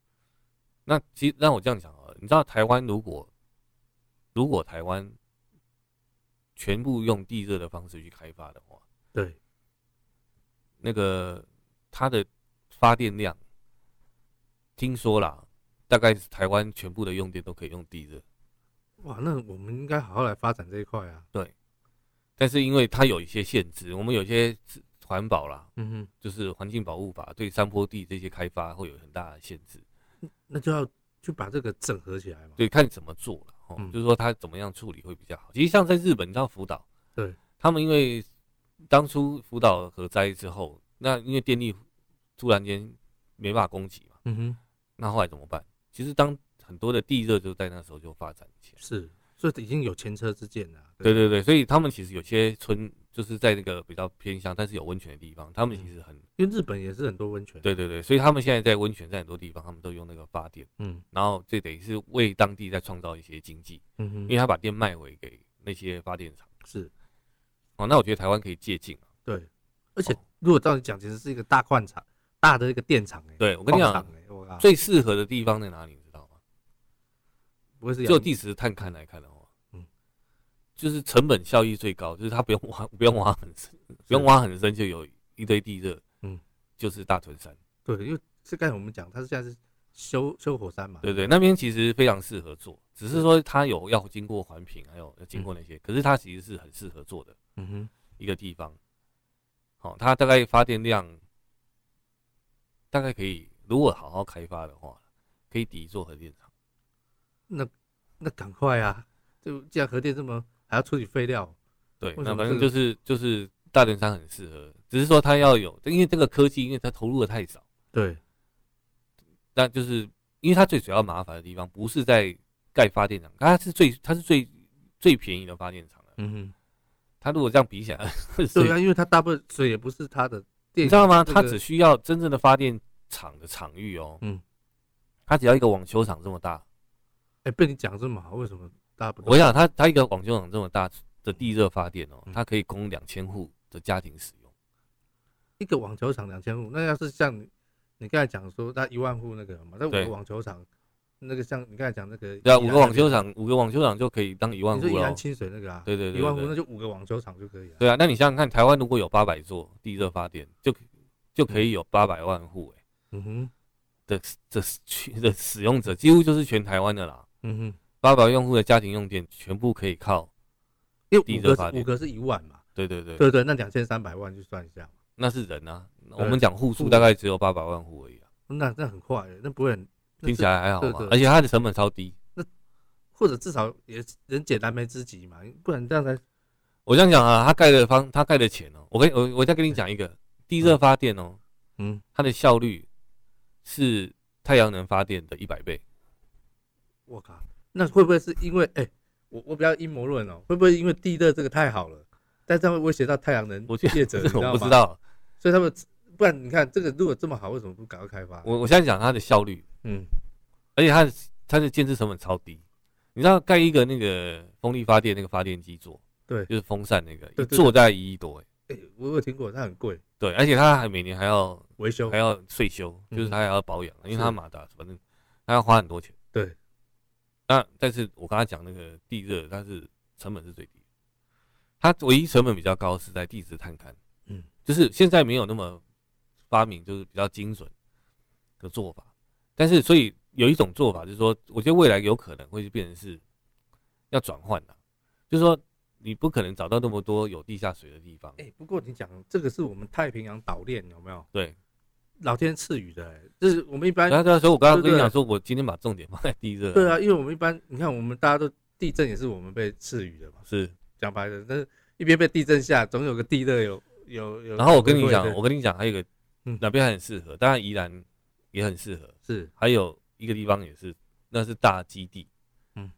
[SPEAKER 2] 那其实让我这样讲啊，你知道台湾如果如果台湾全部用地热的方式去开发的话，
[SPEAKER 1] 对，
[SPEAKER 2] 那个它的发电量，听说啦，大概是台湾全部的用电都可以用地热，
[SPEAKER 1] 哇，那我们应该好好来发展这一块啊。
[SPEAKER 2] 但是因为它有一些限制，我们有一些环保啦，
[SPEAKER 1] 嗯哼，
[SPEAKER 2] 就是环境保护法对山坡地这些开发会有很大的限制。
[SPEAKER 1] 那就要就把这个整合起来嘛。
[SPEAKER 2] 对，看怎么做了哦，
[SPEAKER 1] 嗯
[SPEAKER 2] 就是说他怎么样处理会比较好。其实像在日本，你知道福岛，
[SPEAKER 1] 对，
[SPEAKER 2] 他们因为当初福岛核灾之后，那因为电力突然间没办法供给嘛，
[SPEAKER 1] 嗯哼，
[SPEAKER 2] 那后来怎么办？其实当很多的地热就在那时候就发展起来。
[SPEAKER 1] 是，所以已经有前车之鉴了啊。
[SPEAKER 2] 对对对，所以他们其实有些村就是在那个比较偏乡，但是有温泉的地方，他
[SPEAKER 1] 嗯
[SPEAKER 2] 们其实很、
[SPEAKER 1] 因为日本也是很多温泉。，
[SPEAKER 2] 对对对，所以他们现在在温泉在很多地方，他们都用那个发电，
[SPEAKER 1] 嗯
[SPEAKER 2] 然后这等于是为当地在创造一些经济，
[SPEAKER 1] 嗯哼，
[SPEAKER 2] 因为他把电卖回给那些发电厂。
[SPEAKER 1] 是
[SPEAKER 2] 哦，那我觉得台湾可以借鉴啊。
[SPEAKER 1] 对，而且
[SPEAKER 2] 哦
[SPEAKER 1] 如果照你讲，其实是一个大矿场，大的一个电厂哎、
[SPEAKER 2] 对我跟你
[SPEAKER 1] 矿
[SPEAKER 2] 讲，
[SPEAKER 1] 场哎我靠，
[SPEAKER 2] 最适合的地方在哪里，你知道吗？
[SPEAKER 1] 不会是
[SPEAKER 2] 就
[SPEAKER 1] 地
[SPEAKER 2] 地质探勘来看的话，
[SPEAKER 1] 嗯
[SPEAKER 2] 嗯，就是成本效益最高，就是它不用挖，不用挖很深，不用挖很深就有一堆地热，
[SPEAKER 1] 嗯
[SPEAKER 2] 嗯，就是大屯山，
[SPEAKER 1] 对，因为是刚才我们讲，它是现在是修修火山嘛。
[SPEAKER 2] 对对，那边其实非常适合做，只是说它有要经过环评，还有要经过那些，可是它其实是很适合做的
[SPEAKER 1] 嗯哼，
[SPEAKER 2] 一个地方。好、它大概发电量大概可以，如果好好开发的话，可以抵一座核电厂。
[SPEAKER 1] 那赶快啊！就既然核电这么还要处理废料，
[SPEAKER 2] 对，
[SPEAKER 1] 为什
[SPEAKER 2] 那
[SPEAKER 1] 么
[SPEAKER 2] 反
[SPEAKER 1] 这
[SPEAKER 2] 正
[SPEAKER 1] 个
[SPEAKER 2] 就是就是大屯山很适合，只是说它要有，因为这个科技，因为它投入的太少，
[SPEAKER 1] 对，
[SPEAKER 2] 那就是因为它最主要麻烦的地方不是在盖发电厂，它是最它是最最便宜的发电厂了。
[SPEAKER 1] 嗯哼，
[SPEAKER 2] 它如果这样比起 来，
[SPEAKER 1] 对啊，因为它大部分水也不是它的电，
[SPEAKER 2] 你知道吗？
[SPEAKER 1] 这
[SPEAKER 2] 它
[SPEAKER 1] 个
[SPEAKER 2] 只需要真正的发电厂的场域哦，
[SPEAKER 1] 嗯，
[SPEAKER 2] 它只要一个网球场这么大，
[SPEAKER 1] 哎、被你讲这么好，为什么大家不懂？
[SPEAKER 2] 我想它它一个网球场这么大的地热发电哦
[SPEAKER 1] 嗯，
[SPEAKER 2] 它可以供两千户的家庭使用。
[SPEAKER 1] 一个网球场两千户，那要是像你你刚才讲说，那一万户那个嘛，那五
[SPEAKER 2] 对
[SPEAKER 1] 个网球场，那个像你刚才讲那个，
[SPEAKER 2] 对啊，五个网球，场，五个网球场就可以当一万
[SPEAKER 1] 你
[SPEAKER 2] 户
[SPEAKER 1] 说宜
[SPEAKER 2] 了
[SPEAKER 1] 兰
[SPEAKER 2] 哦。
[SPEAKER 1] 清水那个啊，
[SPEAKER 2] 对对对
[SPEAKER 1] 一万户
[SPEAKER 2] 对
[SPEAKER 1] 那就五个网球场就可以了。
[SPEAKER 2] 对啊，那你想想看，台湾如果有八百座地热发电，就就可以有八百万户哎、
[SPEAKER 1] 嗯哼，
[SPEAKER 2] 的的去的使用者，几乎就是全台湾的啦。
[SPEAKER 1] 嗯哼，
[SPEAKER 2] 八百用户的家庭用电全部可以靠，
[SPEAKER 1] 因为
[SPEAKER 2] 地
[SPEAKER 1] 五
[SPEAKER 2] 热
[SPEAKER 1] 个
[SPEAKER 2] 发
[SPEAKER 1] 是
[SPEAKER 2] 电
[SPEAKER 1] 五个是一万嘛，
[SPEAKER 2] 对对对，
[SPEAKER 1] 对对，那两千三百万就算一下嘛，
[SPEAKER 2] 那是人啊。我们讲户数大概只有八百万户而已啊，
[SPEAKER 1] 那那很快，那不会很，那
[SPEAKER 2] 听
[SPEAKER 1] 是
[SPEAKER 2] 起来还好嘛
[SPEAKER 1] 对对，
[SPEAKER 2] 而且它的成本超低。
[SPEAKER 1] 或者至少也人解燃眉之急嘛，不然这样才
[SPEAKER 2] 我这样讲啊，它盖的方，它盖的钱哦、我跟我我再跟你讲一个地热发电哦、
[SPEAKER 1] 嗯，
[SPEAKER 2] 它的效率是太阳能发电的一百倍。
[SPEAKER 1] 我靠，那会不会是因为哎、我我比较阴谋论哦，会不会因为地热这个太好了，但这样会威胁到太阳能
[SPEAKER 2] 我觉得
[SPEAKER 1] 业者，你
[SPEAKER 2] 这
[SPEAKER 1] 知
[SPEAKER 2] 个我
[SPEAKER 1] 道
[SPEAKER 2] 不知
[SPEAKER 1] 吗？
[SPEAKER 2] 道，
[SPEAKER 1] 所以他们不然你看这个如果这么好，为什么不赶快开发？
[SPEAKER 2] 我我现在讲它的效率，
[SPEAKER 1] 嗯，
[SPEAKER 2] 而且它的它的建制成本超低。你知道盖一个那个风力发电那个发电机座，
[SPEAKER 1] 对
[SPEAKER 2] 就是风扇那个，
[SPEAKER 1] 对
[SPEAKER 2] 一
[SPEAKER 1] 对
[SPEAKER 2] 座大概一亿多、欸，
[SPEAKER 1] 哎、我有听过，它很贵，
[SPEAKER 2] 对，而且它还每年还要
[SPEAKER 1] 维修
[SPEAKER 2] 还要税修，
[SPEAKER 1] 嗯
[SPEAKER 2] 就是它还要保养，因为
[SPEAKER 1] 是
[SPEAKER 2] 它马达反正它要花很多钱。
[SPEAKER 1] 对，
[SPEAKER 2] 那但是我刚才讲那个地热，它是成本是最低的，它唯一成本比较高是在地质探勘，
[SPEAKER 1] 嗯，
[SPEAKER 2] 就是现在没有那么发明，就是比较精准的做法。但是所以有一种做法就是说，我觉得未来有可能会变成是要转换的，就是说你不可能找到那么多有地下水的地方，
[SPEAKER 1] 哎、不过你讲这个是我们太平洋岛链有没有？
[SPEAKER 2] 对。
[SPEAKER 1] 老天赐予的、哎就是我们一般
[SPEAKER 2] 然后对啊，所以我刚刚
[SPEAKER 1] 对
[SPEAKER 2] 跟你
[SPEAKER 1] 对
[SPEAKER 2] 讲说，我今天把重点放在地热，
[SPEAKER 1] 对啊，因为我们一般你看我们大家都地震也是我们被赐予的嘛，
[SPEAKER 2] 是
[SPEAKER 1] 讲白了，但是一边被地震吓，总有个地热有有有。
[SPEAKER 2] 然后我跟你
[SPEAKER 1] 有
[SPEAKER 2] 讲
[SPEAKER 1] 对，
[SPEAKER 2] 我跟你讲，还有一个
[SPEAKER 1] 嗯
[SPEAKER 2] 哪边还很适合，当然宜兰也很适合，
[SPEAKER 1] 是
[SPEAKER 2] 还有一个地方也是，那是大基地，
[SPEAKER 1] 嗯，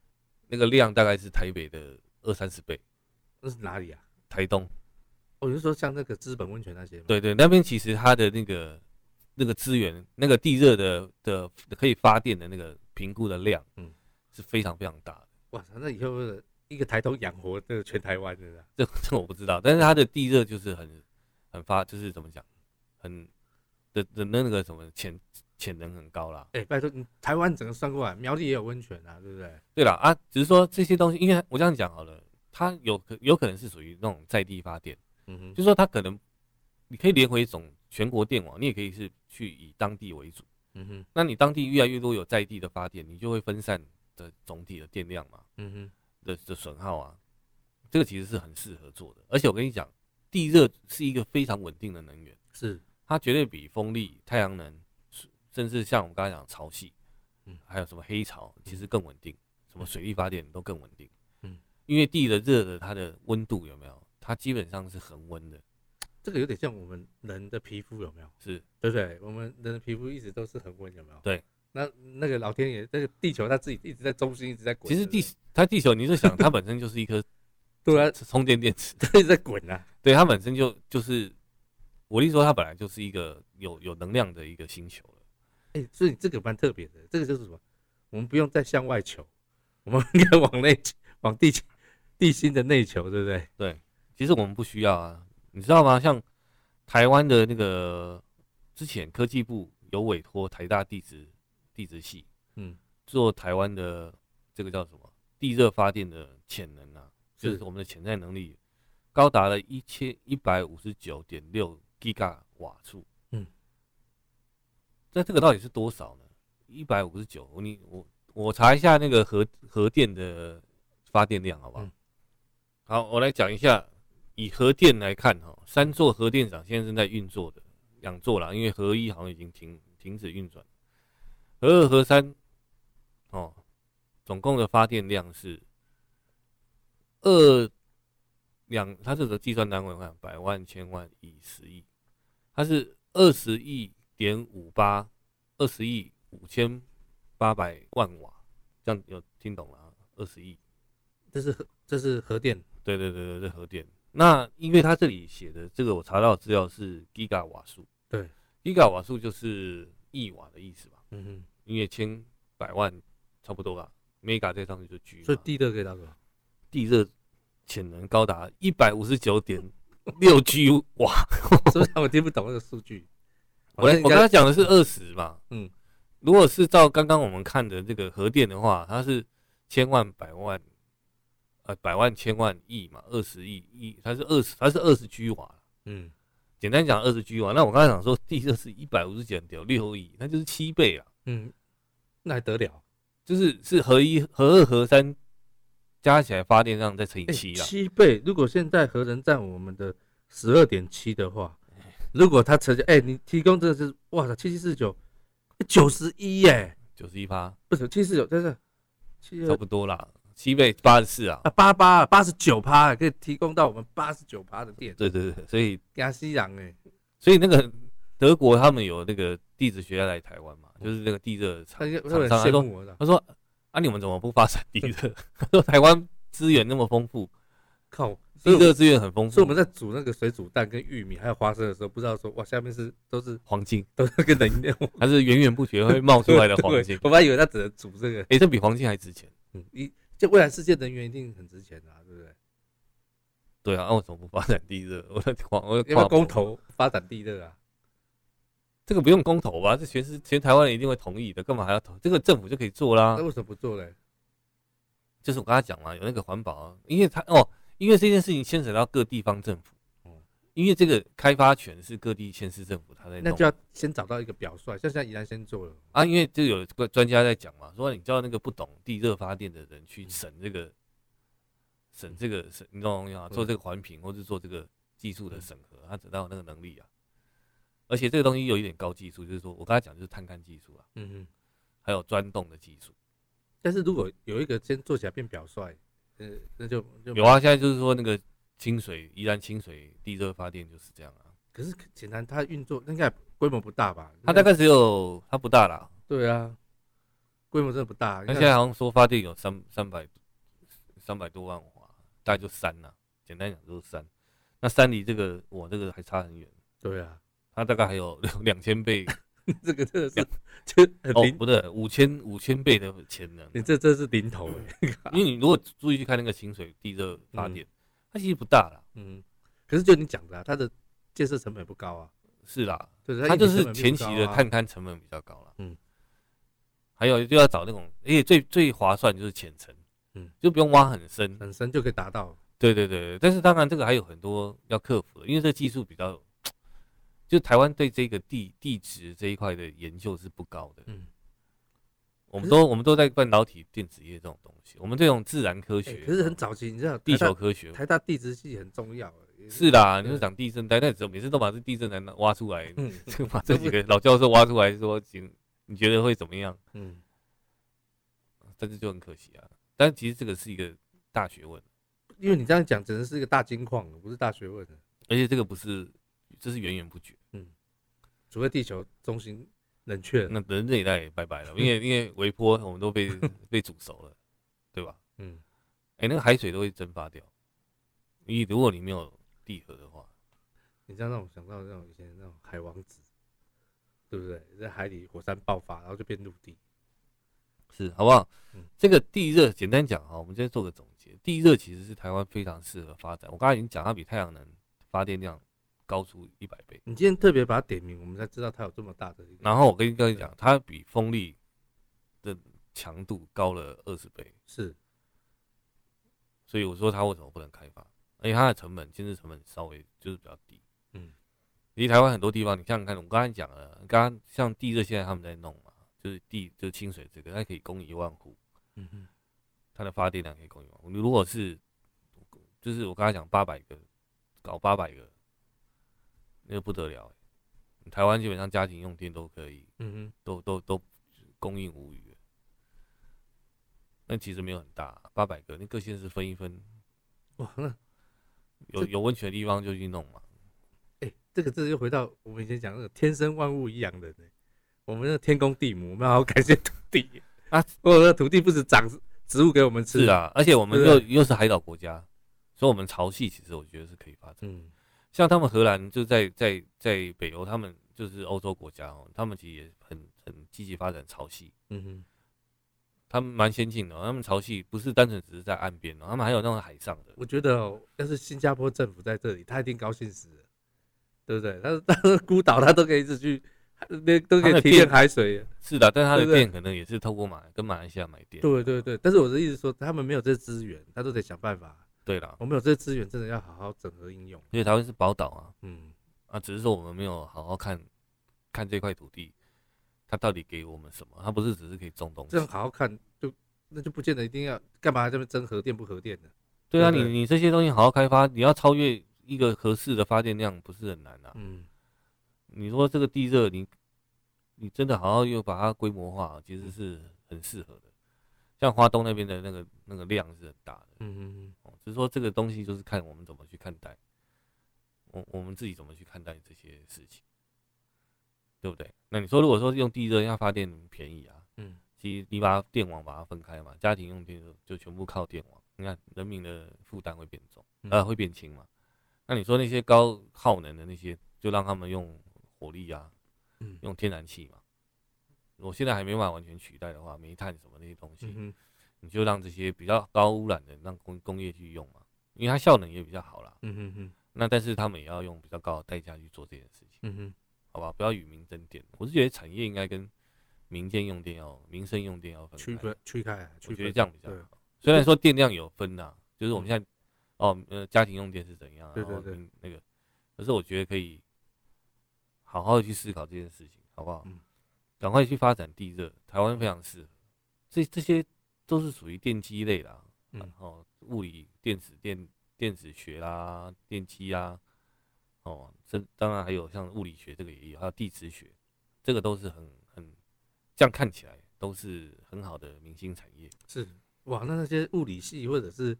[SPEAKER 2] 那个量大概是台北的二三十倍，
[SPEAKER 1] 那是哪里啊？
[SPEAKER 2] 台东，
[SPEAKER 1] 我就说像那个资本温泉那些吗？
[SPEAKER 2] 对对，那边其实它的那个那个资源，那个地热的的可以发电的那个评估的量，
[SPEAKER 1] 嗯
[SPEAKER 2] 嗯，是非常非常大的。
[SPEAKER 1] 哇塞，那以后一个台头养活这个全台湾的啦，
[SPEAKER 2] 这这我不知道，但是它的地热就是很很发，就是怎么讲，很的的那个什么潜潜能很高啦。
[SPEAKER 1] 哎、拜托，你台湾整个算过来，苗栗也有温泉啊，对不对？
[SPEAKER 2] 对啦，啊，只是说这些东西，因为我这样讲好了，它有可有可能是属于那种在地发电，
[SPEAKER 1] 嗯哼
[SPEAKER 2] 就是说它可能你可以连回总全国电网，你也可以是去以当地为主。
[SPEAKER 1] 嗯哼，
[SPEAKER 2] 那你当地越来越多有在地的发电，你就会分散的总体的电量嘛
[SPEAKER 1] 嗯哼，
[SPEAKER 2] 的的损耗啊，这个其实是很适合做的。而且我跟你讲，地热是一个非常稳定的能源。
[SPEAKER 1] 是，
[SPEAKER 2] 它绝对比风力、太阳能，甚至像我们刚才讲潮汐，
[SPEAKER 1] 嗯
[SPEAKER 2] 还有什么黑潮，其实更稳定，什么水力发电都更稳定，
[SPEAKER 1] 嗯，
[SPEAKER 2] 因为地的热的它的温度有没有？它基本上是恒温的，
[SPEAKER 1] 这个有点像我们人的皮肤有没有？
[SPEAKER 2] 是
[SPEAKER 1] 对不对？我们人的皮肤一直都是恒温，有没有？
[SPEAKER 2] 对。
[SPEAKER 1] 那那个老天爷，那个地球它自己一直在中心一直在滚，
[SPEAKER 2] 其实地
[SPEAKER 1] 对
[SPEAKER 2] 它地球，你就想它本身就是一颗
[SPEAKER 1] 不 对对啊，
[SPEAKER 2] 充电电池，
[SPEAKER 1] 它一直在滚啊。
[SPEAKER 2] 对，它本身就就是，我一说它本来就是一个有有能量的一个星球了，
[SPEAKER 1] 哎、所以这个蛮特别的，这个就是什么？我们不用再向外求，我们应该往内求，往地球地心的内求，对不对？
[SPEAKER 2] 其实我们不需要啊，你知道吗？像台湾的那个之前科技部有委托台大地质地质系，
[SPEAKER 1] 嗯，
[SPEAKER 2] 做台湾的这个叫什么地热发电的潜能啊，就是是我们的潜在能力高达了一千一百五十九点六 giga 瓦数。
[SPEAKER 1] 嗯，
[SPEAKER 2] 那这个到底是多少呢？一百五十九，你我我查一下那个核核电的发电量，好不好？
[SPEAKER 1] 嗯
[SPEAKER 2] 好，我来讲一下，以核电来看哈、三座核电厂现在正在运作的，两座啦，因为核一好像已经停停止运转，核二、核三，哦，总共的发电量是二两，它这个计算单位，我看百万、千万、亿、十亿，它是二十亿点五八，二十亿五千八百万瓦，这样有听懂了啊？二十亿，
[SPEAKER 1] 这是核这是核电，
[SPEAKER 2] 对对对对对，核电。那因为它这里写的这个，我查到的资料是 giga 瓦数，
[SPEAKER 1] 对
[SPEAKER 2] ，giga 瓦数就是亿瓦的意思吧？
[SPEAKER 1] 嗯哼。
[SPEAKER 2] 因为千百万差不多吧，mega 再上去就 G，
[SPEAKER 1] 所以
[SPEAKER 2] 嘛
[SPEAKER 1] 地热可以到什么？
[SPEAKER 2] 地热潜能高达一百五十九点六 G 瓦。
[SPEAKER 1] 是不是我听不懂那个数据？
[SPEAKER 2] 我
[SPEAKER 1] 好
[SPEAKER 2] 来
[SPEAKER 1] 像应
[SPEAKER 2] 我
[SPEAKER 1] 该
[SPEAKER 2] 刚才讲的是二十嘛，
[SPEAKER 1] 嗯，
[SPEAKER 2] 如果是照刚刚我们看的这个核电的话，它是千万百万，呃，百万千万亿嘛，二十亿亿，它是二十，它是二十 G 瓦。
[SPEAKER 1] 嗯，
[SPEAKER 2] 简单讲，二十 G 瓦。那我刚才讲说，地热是一百五十九点六亿，那就是七倍啊，
[SPEAKER 1] 嗯，那还得了？
[SPEAKER 2] 就是是核一、核二、核三加起来发电量再乘以
[SPEAKER 1] 哎
[SPEAKER 2] 七啦。
[SPEAKER 1] 七倍。如果现在核能占我们的十二点七的话，如果它成交，哎、你提供这个是哇塞，七七四九，九十一耶，
[SPEAKER 2] 九十一趴，
[SPEAKER 1] 不是七四九，但是七
[SPEAKER 2] 差不多啦，七倍八十四啊。
[SPEAKER 1] 啊八八八十九趴，可以提供到我们八十九趴的电，
[SPEAKER 2] 对对对，所以
[SPEAKER 1] 给它吸氧哎，
[SPEAKER 2] 所以那个德国他们有那个地质学家来台湾嘛，就是那个地热
[SPEAKER 1] 他
[SPEAKER 2] 厂
[SPEAKER 1] 就他
[SPEAKER 2] 厂
[SPEAKER 1] 很
[SPEAKER 2] 商，他
[SPEAKER 1] 羡
[SPEAKER 2] 说
[SPEAKER 1] 慕我的，
[SPEAKER 2] 他说啊，你们怎么不发展地热？ 他说台湾资源那么丰富，
[SPEAKER 1] 靠，所
[SPEAKER 2] 地
[SPEAKER 1] 以
[SPEAKER 2] 热
[SPEAKER 1] 我
[SPEAKER 2] 资源很丰富，
[SPEAKER 1] 所以我们在煮那个水煮蛋跟玉米还有花生的时候，不知道说哇下面是都是
[SPEAKER 2] 黄金
[SPEAKER 1] 都是跟能量
[SPEAKER 2] 它是源源不绝会冒出来的黄金
[SPEAKER 1] 对， 我本来以为它只能煮这个，
[SPEAKER 2] 诶，这比黄金还值钱。
[SPEAKER 1] 嗯，一就未来世界能源一定很值钱啊，对不对？
[SPEAKER 2] 对啊，啊为什么不发展地热？ 我的黄，我的
[SPEAKER 1] 要不要
[SPEAKER 2] 跨国
[SPEAKER 1] 公投发展地热啊？
[SPEAKER 2] 这个不用公投吧？这全是全台湾人一定会同意的，干嘛还要投？这个政府就可以做啦
[SPEAKER 1] 那。为什么不做嘞？
[SPEAKER 2] 就是我刚才讲嘛，有那个环保啊，因为它哦，因为这件事情牵扯到各地方政府
[SPEAKER 1] 嗯，
[SPEAKER 2] 因为这个开发权是各地县市政府他在
[SPEAKER 1] 那
[SPEAKER 2] 弄
[SPEAKER 1] 就要先找到一个表率，像现在宜兰先做了，
[SPEAKER 2] 啊，因为就有个专家在讲嘛，说你叫那个不懂地热发电的人去审这个，审这个审，你懂我意思吗？
[SPEAKER 1] 嗯
[SPEAKER 2] 做这个环评或是做这个技术的审核，他只要有那个能力啊。而且这个东西有一点高技术，就是说我刚才讲就是探勘技术啊，
[SPEAKER 1] 嗯哼。
[SPEAKER 2] 还有钻洞的技术。
[SPEAKER 1] 但是如果有一个先做起来变表率，呃，那就就
[SPEAKER 2] 有啊，现在就是说那个清水依然清水地热发电就是这样啊，
[SPEAKER 1] 可是简单，它运作应该规模不大吧？
[SPEAKER 2] 它大概只有它不大啦，
[SPEAKER 1] 对啊，规模真的不大。
[SPEAKER 2] 它现在好像说发电有三三百三百多万瓦，大概就三啦，简单讲就是三。那三离这个我这个还差很远，
[SPEAKER 1] 对 啊，
[SPEAKER 2] 它大概还有两 千倍
[SPEAKER 1] 这个真的是就很
[SPEAKER 2] 哦，
[SPEAKER 1] 零，
[SPEAKER 2] 不对，五千五千倍的潜能，
[SPEAKER 1] 你这真是零头哎。
[SPEAKER 2] 因为你如果注意去看那个清水地热发电，它其实不大啦，
[SPEAKER 1] 嗯，可是就你讲的、啊，它的建设成本不高啊，
[SPEAKER 2] 是啦，
[SPEAKER 1] 对，
[SPEAKER 2] 它就
[SPEAKER 1] 硬体成
[SPEAKER 2] 是
[SPEAKER 1] 本
[SPEAKER 2] 前
[SPEAKER 1] 并不
[SPEAKER 2] 期
[SPEAKER 1] 高啊
[SPEAKER 2] 的探勘成本比较高了，
[SPEAKER 1] 嗯，
[SPEAKER 2] 还有就要找那种，而且最最划算就是浅层，
[SPEAKER 1] 嗯，
[SPEAKER 2] 就不用挖很深，
[SPEAKER 1] 本身就可以达到，
[SPEAKER 2] 对对对，但是当然这个还有很多要克服的，因为这技术比较，就台湾对这个地地质这一块的研究是不高的，
[SPEAKER 1] 嗯，
[SPEAKER 2] 我们都我们都在半导体电子业这种东西，我们这种自然科
[SPEAKER 1] 哎
[SPEAKER 2] 学，
[SPEAKER 1] 可是很早期，你知道
[SPEAKER 2] 地
[SPEAKER 1] 台
[SPEAKER 2] 球
[SPEAKER 1] 大
[SPEAKER 2] 科学
[SPEAKER 1] 台大地质系很重要，欸也
[SPEAKER 2] 是啦，你
[SPEAKER 1] 对
[SPEAKER 2] 就讲地震带，但只有每次都把这地震带挖出来，
[SPEAKER 1] 嗯
[SPEAKER 2] 就 把这几个老教授挖出来说，请你觉得会怎么样？
[SPEAKER 1] 嗯，
[SPEAKER 2] 但是就很可惜啊。但其实这个是一个大学问，
[SPEAKER 1] 因为你这样讲，只能是一个大金矿，不是大学问了
[SPEAKER 2] 而且这个不是，这是源源不绝。
[SPEAKER 1] 除非地球中心冷却了，
[SPEAKER 2] 那人这一代也拜拜了，因为因为微波我们都被被煮熟了，对吧？
[SPEAKER 1] 嗯，
[SPEAKER 2] 哎、那个海水都会蒸发掉。你如果你没有地核的话，
[SPEAKER 1] 你这样让我想到那种以前那种海王子，对不对？在海里火山爆发，然后就变陆地，
[SPEAKER 2] 是好不好
[SPEAKER 1] 嗯？
[SPEAKER 2] 这个地热，简单讲哈，啊我们今天做个总结。地热其实是台湾非常适合发展。我刚才已经讲，它比太阳能发电量高出一百倍。
[SPEAKER 1] 你今天特别把它点名，我们才知道它有这么大的一个
[SPEAKER 2] 然后我跟各位讲，它比风力的强度高了二十倍，
[SPEAKER 1] 是，
[SPEAKER 2] 所以我说它为什么不能开发？而且它的成本，建设成本稍微就是比较低。
[SPEAKER 1] 嗯，
[SPEAKER 2] 离台湾很多地方，你像你看，我刚才讲了，刚刚像地热现在他们在弄嘛，就是地就是清水这个，它可以供一万户。
[SPEAKER 1] 嗯哼，
[SPEAKER 2] 它的发电量可以供应完。我们如果是，就是我刚才讲八百个，搞八百个，那就不得了、欸。台湾基本上家庭用电都可以，
[SPEAKER 1] 嗯哼。
[SPEAKER 2] 都都都供应无余了。那其实没有很大，八百个，那各县市分一分，
[SPEAKER 1] 哇，那
[SPEAKER 2] 有有温泉的地方就去弄嘛。
[SPEAKER 1] 哎、这个这就回到我们以前讲那个天生万物一样人、欸，我们那个天公地母，我们要好好感谢土地
[SPEAKER 2] 啊！
[SPEAKER 1] 我们的土地不止长植物给我们吃，
[SPEAKER 2] 是，啊，而且我们
[SPEAKER 1] 对
[SPEAKER 2] 又
[SPEAKER 1] 不
[SPEAKER 2] 又是海岛国家，所以我们潮汐其实我觉得是可以发展。
[SPEAKER 1] 嗯
[SPEAKER 2] 像他们荷兰就在在在北欧，他们就是欧洲国家哦，他们其实也很很积极发展潮汐，
[SPEAKER 1] 嗯哼，
[SPEAKER 2] 他们蛮先进的哦、他们潮汐不是单纯只是在岸边哦，他们还有那种海上的，
[SPEAKER 1] 我觉得、哦，要是新加坡政府在这里，他一定高兴死了，对不对？他他孤岛他都可以一直去，那都可
[SPEAKER 2] 他的
[SPEAKER 1] 以提炼
[SPEAKER 2] 电
[SPEAKER 1] 海水，
[SPEAKER 2] 是的，但是它
[SPEAKER 1] 对
[SPEAKER 2] 的
[SPEAKER 1] 不对
[SPEAKER 2] 电可能也是透过马跟马来西亚买电。哦
[SPEAKER 1] 对对对。但是我的意思说，他们没有这些资源，他都得想办法。
[SPEAKER 2] 对啦，
[SPEAKER 1] 我们有这些资源，真的要好好整合应用。
[SPEAKER 2] 因为台湾是宝岛啊，
[SPEAKER 1] 嗯，
[SPEAKER 2] 啊，只是说我们没有好好看看这块土地，它到底给我们什么？它不是只是可以种东西
[SPEAKER 1] 这。样好好看，就那就不见得一定要干嘛这边争核电不核电的。
[SPEAKER 2] 对啊，
[SPEAKER 1] 对
[SPEAKER 2] 你
[SPEAKER 1] 不对
[SPEAKER 2] 你这些东西好好开发，你要超越一个合适的发电量，不是很难啊。
[SPEAKER 1] 嗯，
[SPEAKER 2] 你说这个地热，你你真的好好又把它规模化，其实是很适合的。像花东那边的那个那个量是很大的，
[SPEAKER 1] 嗯嗯
[SPEAKER 2] 哦，只是说这个东西就是看我们怎么去看待，我我们自己怎么去看待这些事情，对不对？那你说如果说用地热要发电便宜啊，
[SPEAKER 1] 嗯
[SPEAKER 2] 其实你把它电网把它分开嘛，家庭用电就就全部靠电网，你看人民的负担会变重，
[SPEAKER 1] 嗯
[SPEAKER 2] 呃，会变轻嘛。那你说那些高耗能的那些，就让他们用火力啊，
[SPEAKER 1] 嗯
[SPEAKER 2] 用天然气嘛。我现在还没办法完全取代的话，煤炭什么那些东西，
[SPEAKER 1] 嗯哼，
[SPEAKER 2] 你就让这些比较高污染的让工工业去用嘛，因为它效能也比较好啦。
[SPEAKER 1] 嗯哼哼，
[SPEAKER 2] 那但是他们也要用比较高的代价去做这件事情，
[SPEAKER 1] 嗯哼，
[SPEAKER 2] 好吧？不要与民争电。我是觉得产业应该跟民间用电要、民生用电要分开
[SPEAKER 1] 区分区开来，
[SPEAKER 2] 呃我
[SPEAKER 1] 区
[SPEAKER 2] 觉得
[SPEAKER 1] 分
[SPEAKER 2] 这样比较
[SPEAKER 1] 对嗯
[SPEAKER 2] 好。虽然说电量有分呐、就是我们现在哦呃家庭用电是怎样、啊，
[SPEAKER 1] 对对
[SPEAKER 2] 然后
[SPEAKER 1] 对
[SPEAKER 2] 民那个，可是我觉得可以好好的去思考这件事情，好不好
[SPEAKER 1] 嗯？
[SPEAKER 2] 赶、快去发展地热，台湾非常适合，这这些都是属于电机类啦，
[SPEAKER 1] 嗯
[SPEAKER 2] 然后物理、电子、电电子学啦、电机啊，哦，这当然还有像物理学这个也有，还有地质学，这个都是很很这样看起来都是很好的明星产业。
[SPEAKER 1] 是哇，那那些物理系或者是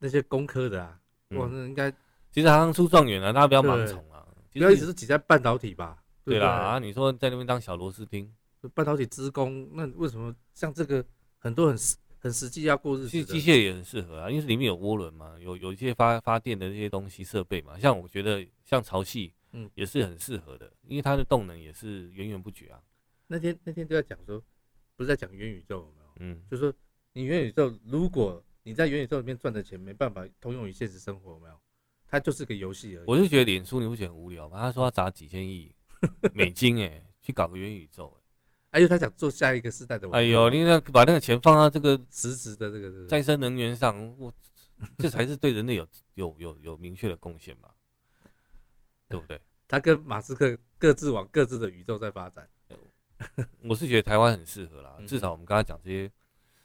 [SPEAKER 1] 那些工科的啊，
[SPEAKER 2] 嗯
[SPEAKER 1] 哇，那应该
[SPEAKER 2] 其实行行出状元啊，大家不要盲
[SPEAKER 1] 对
[SPEAKER 2] 从啊，
[SPEAKER 1] 不
[SPEAKER 2] 不
[SPEAKER 1] 要一直是挤在半导体吧？
[SPEAKER 2] 对
[SPEAKER 1] 不
[SPEAKER 2] 啦啊！你说在那边当小螺丝钉，
[SPEAKER 1] 半导体职工，那为什么像这个很多很实很实际要过日
[SPEAKER 2] 其
[SPEAKER 1] 子的
[SPEAKER 2] 实机械也很适合啊，因为里面有涡轮嘛，有有一些发发电的这些东西设备嘛，像我觉得像潮汐，
[SPEAKER 1] 嗯
[SPEAKER 2] 也是很适合的，因为它的动能也是源源不绝啊，
[SPEAKER 1] 那天那天就在讲说，不是在讲元宇宙有没有？
[SPEAKER 2] 嗯，
[SPEAKER 1] 就是说你元宇宙，如果你在元宇宙里面赚的钱没办法通用于现实生活，有没有？它就是个游戏而已。
[SPEAKER 2] 我是觉得脸书你不觉得很无聊吗？他说要砸几 千亿美金哎、去搞个元宇宙、
[SPEAKER 1] 哎呦，他想做下一个世代的
[SPEAKER 2] 欸，
[SPEAKER 1] 网
[SPEAKER 2] 哎
[SPEAKER 1] 络，
[SPEAKER 2] 呦，你那把那个钱放到这个
[SPEAKER 1] 实质的这个是不是
[SPEAKER 2] 再生能源上，我 这才是对人类有有有有明确的贡献吧，对不对？
[SPEAKER 1] 他跟马斯克各自往各自的宇宙在发展。
[SPEAKER 2] 我是觉得台湾很适合啦，
[SPEAKER 1] 嗯
[SPEAKER 2] 至少我们刚才讲这些，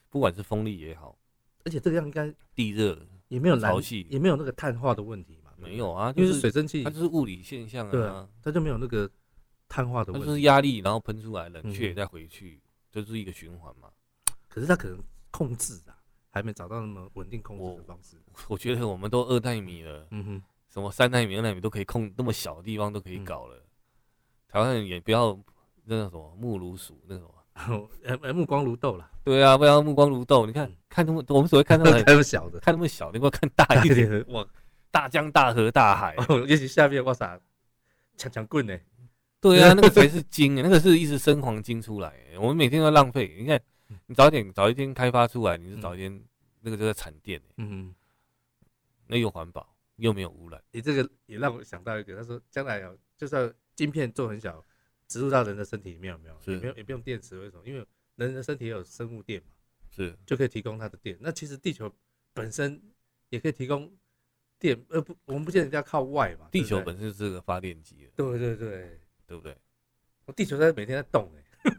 [SPEAKER 2] 不管是风力也好，
[SPEAKER 1] 而且这个样应该
[SPEAKER 2] 地热
[SPEAKER 1] 也没有燃
[SPEAKER 2] 潮汐
[SPEAKER 1] 也没有那个碳化的问题嘛，
[SPEAKER 2] 没，有啊，
[SPEAKER 1] 因
[SPEAKER 2] 就
[SPEAKER 1] 为是
[SPEAKER 2] 是
[SPEAKER 1] 水蒸气
[SPEAKER 2] 它，就是物理现象
[SPEAKER 1] 对
[SPEAKER 2] 啊
[SPEAKER 1] 啊，它就没有那个碳化的
[SPEAKER 2] 它
[SPEAKER 1] 问
[SPEAKER 2] 就是
[SPEAKER 1] 题。
[SPEAKER 2] 压力，然后喷出来冷却
[SPEAKER 1] 嗯
[SPEAKER 2] 再回去，就是一个循环嘛。
[SPEAKER 1] 可是它可能控制啊，还没找到那么稳定控制的方式。
[SPEAKER 2] 我觉得我们都二纳米了，
[SPEAKER 1] 嗯哼，
[SPEAKER 2] 什么三纳米、二纳米都可以控，那么小的地方都可
[SPEAKER 1] 嗯
[SPEAKER 2] 以搞了。台湾人也不要那叫什么目如鼠那种，啊
[SPEAKER 1] 呃呃，目光如豆啦，
[SPEAKER 2] 对啊，不要目光如豆。你看
[SPEAKER 1] 嗯
[SPEAKER 2] 看他们，我们所谓 看他 们很
[SPEAKER 1] 还有小 的，
[SPEAKER 2] 看那么小，你给我看大一
[SPEAKER 1] 一
[SPEAKER 2] 点，
[SPEAKER 1] 点
[SPEAKER 2] 哇，大江大河大海，
[SPEAKER 1] 哦，也许下面哇塞，抢抢棍呢、
[SPEAKER 2] 对 啊，那个才是金，那个是一直生黄金出来，欸我们每天都在浪
[SPEAKER 1] 嗯
[SPEAKER 2] 费。你看，你早点早一天开发出来，你是早一天、那个就在产电，
[SPEAKER 1] 嗯哼，
[SPEAKER 2] 那又环保又没有污染，
[SPEAKER 1] 你这个也让我想到一个，他说将来哦，就算晶片做很小，植入到人的身体里面有没有？
[SPEAKER 2] 是
[SPEAKER 1] 也没有也不用电池，为什么？因为人的身体也有生物电嘛，
[SPEAKER 2] 是
[SPEAKER 1] 就可以提供它的电。那其实地球本身也可以提供电，而不我们不见得要靠外嘛。
[SPEAKER 2] 地球
[SPEAKER 1] 对不
[SPEAKER 2] 本身就是个发电机了，
[SPEAKER 1] 对对对对，
[SPEAKER 2] 对不对？
[SPEAKER 1] 我地球在每天在动哎、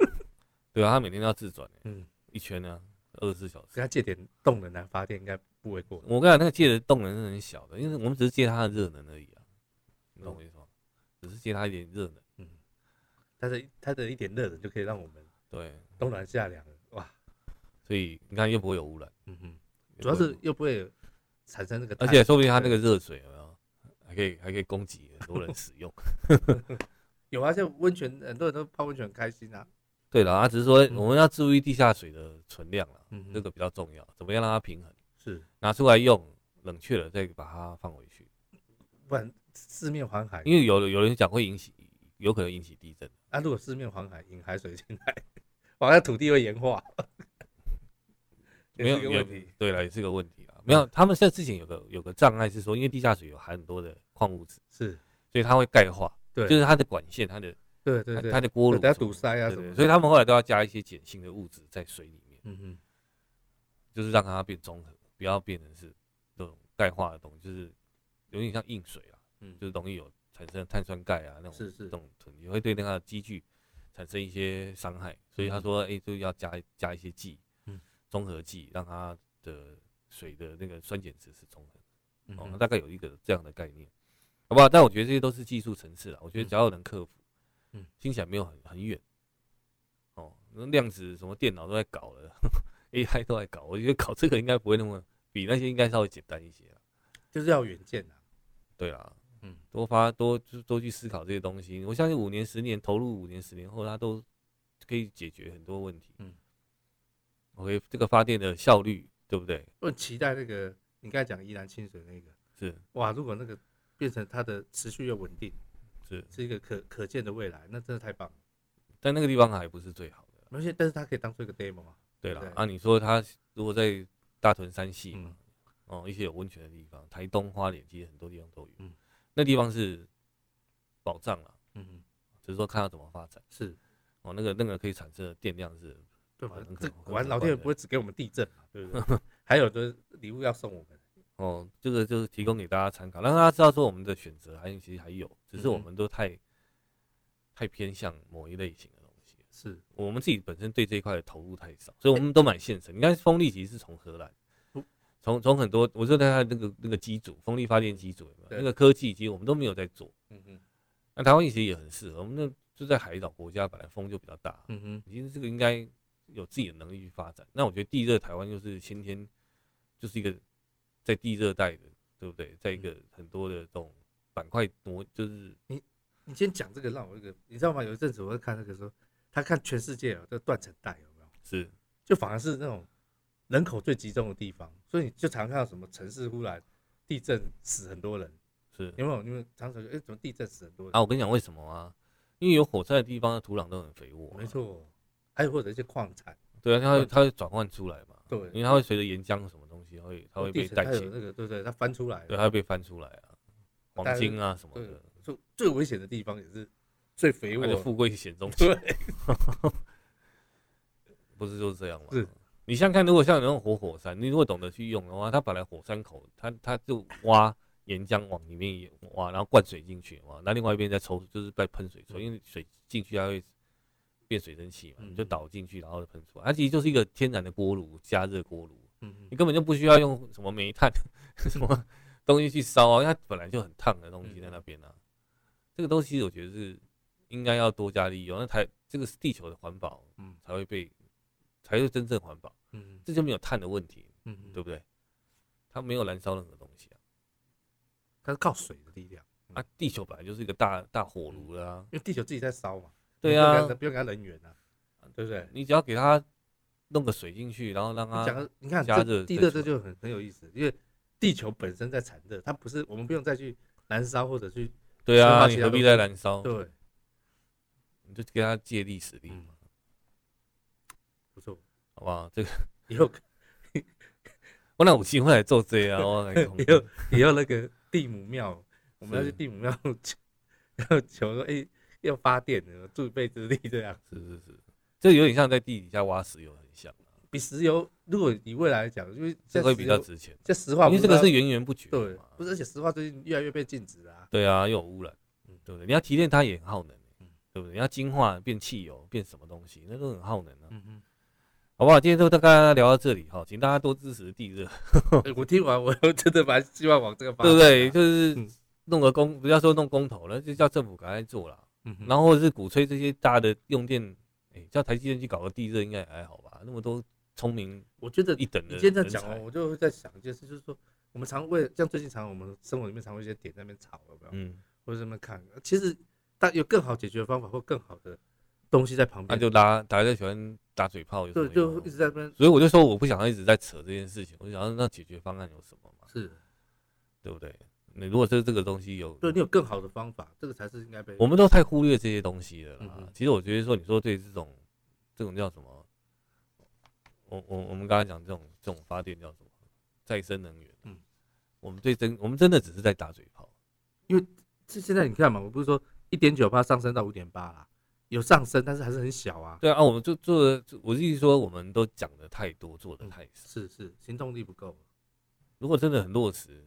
[SPEAKER 2] 对啊，它每天都要自转，
[SPEAKER 1] 嗯，
[SPEAKER 2] 一圈呢二十四小时。
[SPEAKER 1] 跟它借点动能来发电应该不为过。
[SPEAKER 2] 我跟你讲，那个借的动能是很小的，因为我们只是借它的热能而已啊，
[SPEAKER 1] 嗯
[SPEAKER 2] 你懂我意思吗？只是借它一点热能，
[SPEAKER 1] 它的它的一点热能就可以让我们
[SPEAKER 2] 对，
[SPEAKER 1] 冬暖夏凉了，哇，
[SPEAKER 2] 所以你看又不会有污染，
[SPEAKER 1] 嗯哼。
[SPEAKER 2] 也
[SPEAKER 1] 主要
[SPEAKER 2] 不会
[SPEAKER 1] 是又不会产生那个碳，
[SPEAKER 2] 而且说不定它那个热水有没有还可以还可以供给很多人使用。
[SPEAKER 1] 有啊，像温泉，很多人都泡温泉很开心啊。
[SPEAKER 2] 对了，啊，只是说
[SPEAKER 1] 嗯
[SPEAKER 2] 我们要注意地下水的存量了，
[SPEAKER 1] 嗯哼
[SPEAKER 2] 这个比较重要。怎么样让它平衡？
[SPEAKER 1] 是，
[SPEAKER 2] 拿出来用，冷却了再把它放回去，
[SPEAKER 1] 不然四面环海，
[SPEAKER 2] 因为有有人讲会引起，有可能引起地震。
[SPEAKER 1] 啊，如果四面环海引海水进来，哇，那土地会盐化，
[SPEAKER 2] 没有
[SPEAKER 1] 也是一个
[SPEAKER 2] 也
[SPEAKER 1] 问题。
[SPEAKER 2] 对了，也是个问题
[SPEAKER 1] 嗯
[SPEAKER 2] 啦。没有，他们现在之前有个有个障碍是说，因为地下水有含很多的矿物质，
[SPEAKER 1] 是，
[SPEAKER 2] 所以它会钙化，
[SPEAKER 1] 对，
[SPEAKER 2] 就是它的管线、它的
[SPEAKER 1] 对对对，
[SPEAKER 2] 它的锅炉
[SPEAKER 1] 等下
[SPEAKER 2] 什么
[SPEAKER 1] 堵塞啊
[SPEAKER 2] 的，
[SPEAKER 1] 什
[SPEAKER 2] 对对
[SPEAKER 1] 么
[SPEAKER 2] 对
[SPEAKER 1] 的，
[SPEAKER 2] 所以他们后来都要加一些碱性的物质在水里面，
[SPEAKER 1] 嗯嗯，
[SPEAKER 2] 就是让它变综合，不要变成是这种钙化的东西，就是有点像硬水啊啦。
[SPEAKER 1] 嗯
[SPEAKER 2] 就是容易有产生碳酸钙啊那种
[SPEAKER 1] 是是
[SPEAKER 2] 这种囤积，会对那个机具产生一些伤害。所以他
[SPEAKER 1] 嗯
[SPEAKER 2] 说，哎、就要加加一些剂，
[SPEAKER 1] 嗯
[SPEAKER 2] 综合剂，让它的水的那个酸碱值是综合的。
[SPEAKER 1] 嗯
[SPEAKER 2] 哦，
[SPEAKER 1] 哼
[SPEAKER 2] 那大概有一个这样的概念，好不好？但我觉得这些都是技术层次了，我觉得
[SPEAKER 1] 嗯
[SPEAKER 2] 只要能克服，
[SPEAKER 1] 嗯，
[SPEAKER 2] 听起来没有很很远。哦，那量子什么电脑都在搞了 ，AI 都在搞，我觉得搞这个应该不会那么比那些应该稍微简单一些啦。
[SPEAKER 1] 就是要远见啊，
[SPEAKER 2] 对啦，
[SPEAKER 1] 嗯，
[SPEAKER 2] 多发多就多去思考这些东西。我相信五年、十年投入，五年、十年后，它都可以解决很多问题。
[SPEAKER 1] 嗯
[SPEAKER 2] ，OK，这个发电的效率，对不对？
[SPEAKER 1] 我很期待那个你刚才讲宜兰清水那个，
[SPEAKER 2] 是
[SPEAKER 1] 哇，如果那个变成它的持续又稳定，
[SPEAKER 2] 是，
[SPEAKER 1] 是一个可可见的未来，那真的太棒了。
[SPEAKER 2] 但那个地方还不是最好的。
[SPEAKER 1] 而且，但是它可以当做一个 demo 啊，
[SPEAKER 2] 对啦
[SPEAKER 1] 对，
[SPEAKER 2] 啊，你说它如果在大屯山系嘛，
[SPEAKER 1] 嗯
[SPEAKER 2] 哦，一些有温泉的地方，台东、花莲，其实很多地方都有。
[SPEAKER 1] 嗯
[SPEAKER 2] 那地方是保障了，
[SPEAKER 1] 嗯哼，
[SPEAKER 2] 只是说看它怎么发展。
[SPEAKER 1] 是。
[SPEAKER 2] 哦，那个那个可以产生的电量是
[SPEAKER 1] 对
[SPEAKER 2] 啊
[SPEAKER 1] 吧
[SPEAKER 2] 很？可
[SPEAKER 1] 这
[SPEAKER 2] 很
[SPEAKER 1] 果然
[SPEAKER 2] 可
[SPEAKER 1] 老
[SPEAKER 2] 观
[SPEAKER 1] 天爷
[SPEAKER 2] 的
[SPEAKER 1] 不会只给我们地震嘛，对不对？ 还有的礼物要送我们，
[SPEAKER 2] 哦，这个就是提供给大家参考，让大家知道说我们的选择还其实还有，只是我
[SPEAKER 1] 嗯哼
[SPEAKER 2] 们都太、太偏向某一类型的东西，
[SPEAKER 1] 是
[SPEAKER 2] 我们自己本身对这一块的投入太少，所以我们都买现成。你看风力其实是从荷兰
[SPEAKER 1] 嗯，
[SPEAKER 2] 从从很多，我说它那个那个机组，风力发电机组有没有
[SPEAKER 1] 对
[SPEAKER 2] 那个科技机，我们都没有在做。
[SPEAKER 1] 嗯哼，
[SPEAKER 2] 那台湾其实也很适合，我们那就在海岛国家，本来风就比较大，
[SPEAKER 1] 嗯哼，
[SPEAKER 2] 其实这个应该有自己的能力去发展。那我觉得地热台湾就是先天就是一个在地热带的，对对不对？在一
[SPEAKER 1] 嗯
[SPEAKER 2] 个很多的这种板块挪，就是
[SPEAKER 1] 你先讲这个，让我一个，你知道吗？有一阵子我在看那个说，他看全世界啊，这断层带有没有？
[SPEAKER 2] 是
[SPEAKER 1] 就反而是那种人口最集中的地方，所以你就常看到什么城市忽然地震死很多人，
[SPEAKER 2] 是。
[SPEAKER 1] 有没有？你们常常说，哎、怎么地震死很多人？
[SPEAKER 2] 啊，我跟你讲为什么啊？因为有火山的地方，土壤都很肥沃、啊
[SPEAKER 1] 没，错，还有或者一些矿产，
[SPEAKER 2] 对啊，它会它会转换出来嘛，
[SPEAKER 1] 对，
[SPEAKER 2] 因为它会随着岩浆什么东西，它会它会
[SPEAKER 1] 地
[SPEAKER 2] 被
[SPEAKER 1] 层
[SPEAKER 2] 带
[SPEAKER 1] 它有
[SPEAKER 2] 起，
[SPEAKER 1] 那个，对对，它翻出来了，
[SPEAKER 2] 对，它会被翻出来啊，黄
[SPEAKER 1] 但是
[SPEAKER 2] 金啊什么
[SPEAKER 1] 对
[SPEAKER 2] 的，，
[SPEAKER 1] 就最危险的地方也是最肥沃
[SPEAKER 2] 而且
[SPEAKER 1] 的，
[SPEAKER 2] 富贵险中求，
[SPEAKER 1] 对，
[SPEAKER 2] 不是就是这样吗？
[SPEAKER 1] 是
[SPEAKER 2] 你想想看，如果像那种活火山，你如果懂得去用的话，它本来火山口，它它就挖岩浆往里面挖，然后灌水进去嘛，那另外一边再抽，就是在喷水出来，因为水进去它会变水蒸气嘛，
[SPEAKER 1] 嗯
[SPEAKER 2] 你就倒进去，然后喷出来。它其实就是一个天然的锅炉，加热锅炉，
[SPEAKER 1] 嗯
[SPEAKER 2] 你根本就不需要用什么煤炭什么东西去烧啊，因为它本来就很烫的东西
[SPEAKER 1] 嗯
[SPEAKER 2] 在那边啊。这个东西我觉得是应该要多加利用，那台这个是地球的环保
[SPEAKER 1] 嗯
[SPEAKER 2] 才会被才会真正环保。
[SPEAKER 1] 嗯
[SPEAKER 2] 这就没有碳的问题，
[SPEAKER 1] 嗯嗯，
[SPEAKER 2] 对不对？它没有燃烧任何东西啊。
[SPEAKER 1] 它是靠水的力量，嗯
[SPEAKER 2] 啊，地球本来就是一个大大火炉啦、
[SPEAKER 1] 因为地球自己在烧嘛，
[SPEAKER 2] 对
[SPEAKER 1] 啊，
[SPEAKER 2] 啊，
[SPEAKER 1] 不用给它人员啊，对不对？
[SPEAKER 2] 你只要给它弄个水进去，然后让
[SPEAKER 1] 你讲
[SPEAKER 2] 它
[SPEAKER 1] 的，你看
[SPEAKER 2] 加
[SPEAKER 1] 这
[SPEAKER 2] 热
[SPEAKER 1] 地
[SPEAKER 2] 再
[SPEAKER 1] 热
[SPEAKER 2] 出
[SPEAKER 1] 这就很很有意思，因为地球本身在产热，它不是我们不用再去燃烧或者去
[SPEAKER 2] 对
[SPEAKER 1] 生
[SPEAKER 2] 啊，
[SPEAKER 1] 化其
[SPEAKER 2] 你
[SPEAKER 1] 他
[SPEAKER 2] 何必
[SPEAKER 1] 东
[SPEAKER 2] 再
[SPEAKER 1] 西
[SPEAKER 2] 燃烧？
[SPEAKER 1] 对，
[SPEAKER 2] 你就给它借力使力，
[SPEAKER 1] 嗯，不错，
[SPEAKER 2] 好不好？这个
[SPEAKER 1] 以后
[SPEAKER 2] 我那武器会来做这个啊，我来
[SPEAKER 1] 以 后以后那个地母庙，我们要去
[SPEAKER 2] 是
[SPEAKER 1] 地母庙 求，要求说哎、要发电的，助一臂之力这样。
[SPEAKER 2] 是是是，这有点像在地底下挖石油很像啊，
[SPEAKER 1] 比石油，如果以未来讲，因为
[SPEAKER 2] 这
[SPEAKER 1] 现
[SPEAKER 2] 会
[SPEAKER 1] 在
[SPEAKER 2] 比
[SPEAKER 1] 石
[SPEAKER 2] 较
[SPEAKER 1] 油，
[SPEAKER 2] 值钱，
[SPEAKER 1] 这石化
[SPEAKER 2] 因
[SPEAKER 1] 不
[SPEAKER 2] 为
[SPEAKER 1] 知
[SPEAKER 2] 这个
[SPEAKER 1] 道
[SPEAKER 2] 是源源不绝
[SPEAKER 1] 对
[SPEAKER 2] 的嘛，。
[SPEAKER 1] 不是，而且石化最近越来越被禁止啊。
[SPEAKER 2] 对啊，又有污染
[SPEAKER 1] 嗯，
[SPEAKER 2] 对不对？你要提炼它也很耗能、欸
[SPEAKER 1] 嗯
[SPEAKER 2] 对不对？你要精化变汽油变什么东西，那都很耗能啊。
[SPEAKER 1] 嗯嗯，
[SPEAKER 2] 好不好？今天就大概聊到这里哈，请大家多支持地热，
[SPEAKER 1] 哎我听完，我 真的蛮希望往这个方
[SPEAKER 2] 对
[SPEAKER 1] 向、啊，
[SPEAKER 2] 不对？？就是
[SPEAKER 1] 嗯
[SPEAKER 2] 弄个公，不要说弄公投了，就叫政府赶快做了，
[SPEAKER 1] 嗯哼
[SPEAKER 2] 然后或者是鼓吹这些大的用电，哎，叫台积电去搞个地热应该也还好吧？那么多聪明
[SPEAKER 1] 我觉得
[SPEAKER 2] 一等的
[SPEAKER 1] 你今天这
[SPEAKER 2] 人
[SPEAKER 1] 样讲
[SPEAKER 2] 才
[SPEAKER 1] 哦，，我就会在想一件事，就是说我们常为像最近常我们生活里面常会一些点在那边吵，有没有？
[SPEAKER 2] 嗯，
[SPEAKER 1] 或者这么看，其实但有更好解决的方法或更好的东西在旁
[SPEAKER 2] 那
[SPEAKER 1] 边，
[SPEAKER 2] 就拉，大家喜欢打嘴炮，有什么
[SPEAKER 1] 对，就一直在那
[SPEAKER 2] 用
[SPEAKER 1] 边
[SPEAKER 2] 所以我就说我不想要一直在扯这件事情，我就想要那解决方案有什么嘛，
[SPEAKER 1] 是，
[SPEAKER 2] 对不对？你如果这这个东西有，
[SPEAKER 1] 对你有更好的方法，这个才是应该被
[SPEAKER 2] 我们都太忽略这些东西了啦。
[SPEAKER 1] 嗯哼
[SPEAKER 2] 其实我觉得说，你说对这种这种叫什么？我我我们刚才讲这种这种发电叫什么？再生能源。
[SPEAKER 1] 嗯，
[SPEAKER 2] 我们对真我们真的只是在打嘴炮。
[SPEAKER 1] 是现在你看嘛，我不是说一点九八上升到五点八啦，有上升，但是还是很小啊，
[SPEAKER 2] 对啊，我们就做的，我意思说，我们都讲的太多，做的
[SPEAKER 1] 嗯
[SPEAKER 2] 太少。
[SPEAKER 1] 是是，行动力不够，啊
[SPEAKER 2] 如果真的很落实，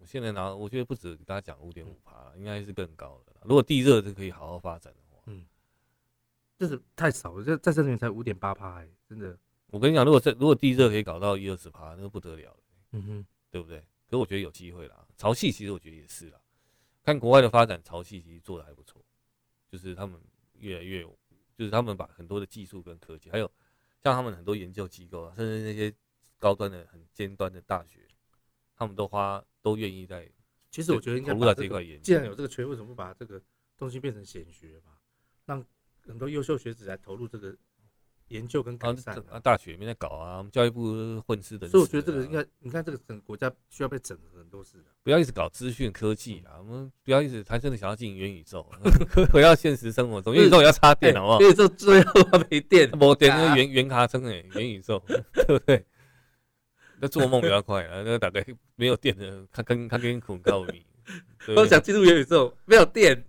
[SPEAKER 2] 我现在拿，我觉得不止刚才讲五点
[SPEAKER 1] 嗯
[SPEAKER 2] 五趴，应该是更高的啦。如果地热是可以好好发展的话，
[SPEAKER 1] 就是太少了，这再生能源才五点八趴，哎，真的，
[SPEAKER 2] 我跟你讲，如果这如果地热可以搞到一二十趴，那就不得了了。
[SPEAKER 1] 嗯哼，
[SPEAKER 2] 对不对？可是我觉得有机会啦。潮汐其实我觉得也是啦，看国外的发展，潮汐其实做的还不错，就是他们越来越，就是他们把很多的技术跟科技，还有像他们很多研究机构啊，甚至那些高端的、很尖端的大学，他们都花都愿意在
[SPEAKER 1] 其实我觉得应该
[SPEAKER 2] 投
[SPEAKER 1] 把
[SPEAKER 2] 入到
[SPEAKER 1] 这
[SPEAKER 2] 这一
[SPEAKER 1] 个
[SPEAKER 2] 块研
[SPEAKER 1] 既
[SPEAKER 2] 究
[SPEAKER 1] 然。有这个缺，为什么不把这个东西变成显学嘛？让很多优秀学子来投入这个研究跟
[SPEAKER 2] 然
[SPEAKER 1] 改
[SPEAKER 2] 后
[SPEAKER 1] 善、
[SPEAKER 2] 这啊，
[SPEAKER 1] 啊。
[SPEAKER 2] 大学也没在搞啊，我们教育部混吃等死啊、
[SPEAKER 1] 所以我觉得这个应该，你看这个整个国家需要被整合很多事的。
[SPEAKER 2] 不要一直搞资讯科技
[SPEAKER 1] 嗯
[SPEAKER 2] 啊，我们不要一直，他真的想要进元宇宙，啊 回到现实生活中，元宇宙也要插电好啊不好？
[SPEAKER 1] 因为哎这最后还没电，
[SPEAKER 2] 没电
[SPEAKER 1] 啊
[SPEAKER 2] 那个原原卡称哎，元宇宙， 对不对？那做梦比较快啊，那个大概没有电的，他跟他跟恐高你，
[SPEAKER 1] 我
[SPEAKER 2] 对不对
[SPEAKER 1] 想进入元宇宙，没有电。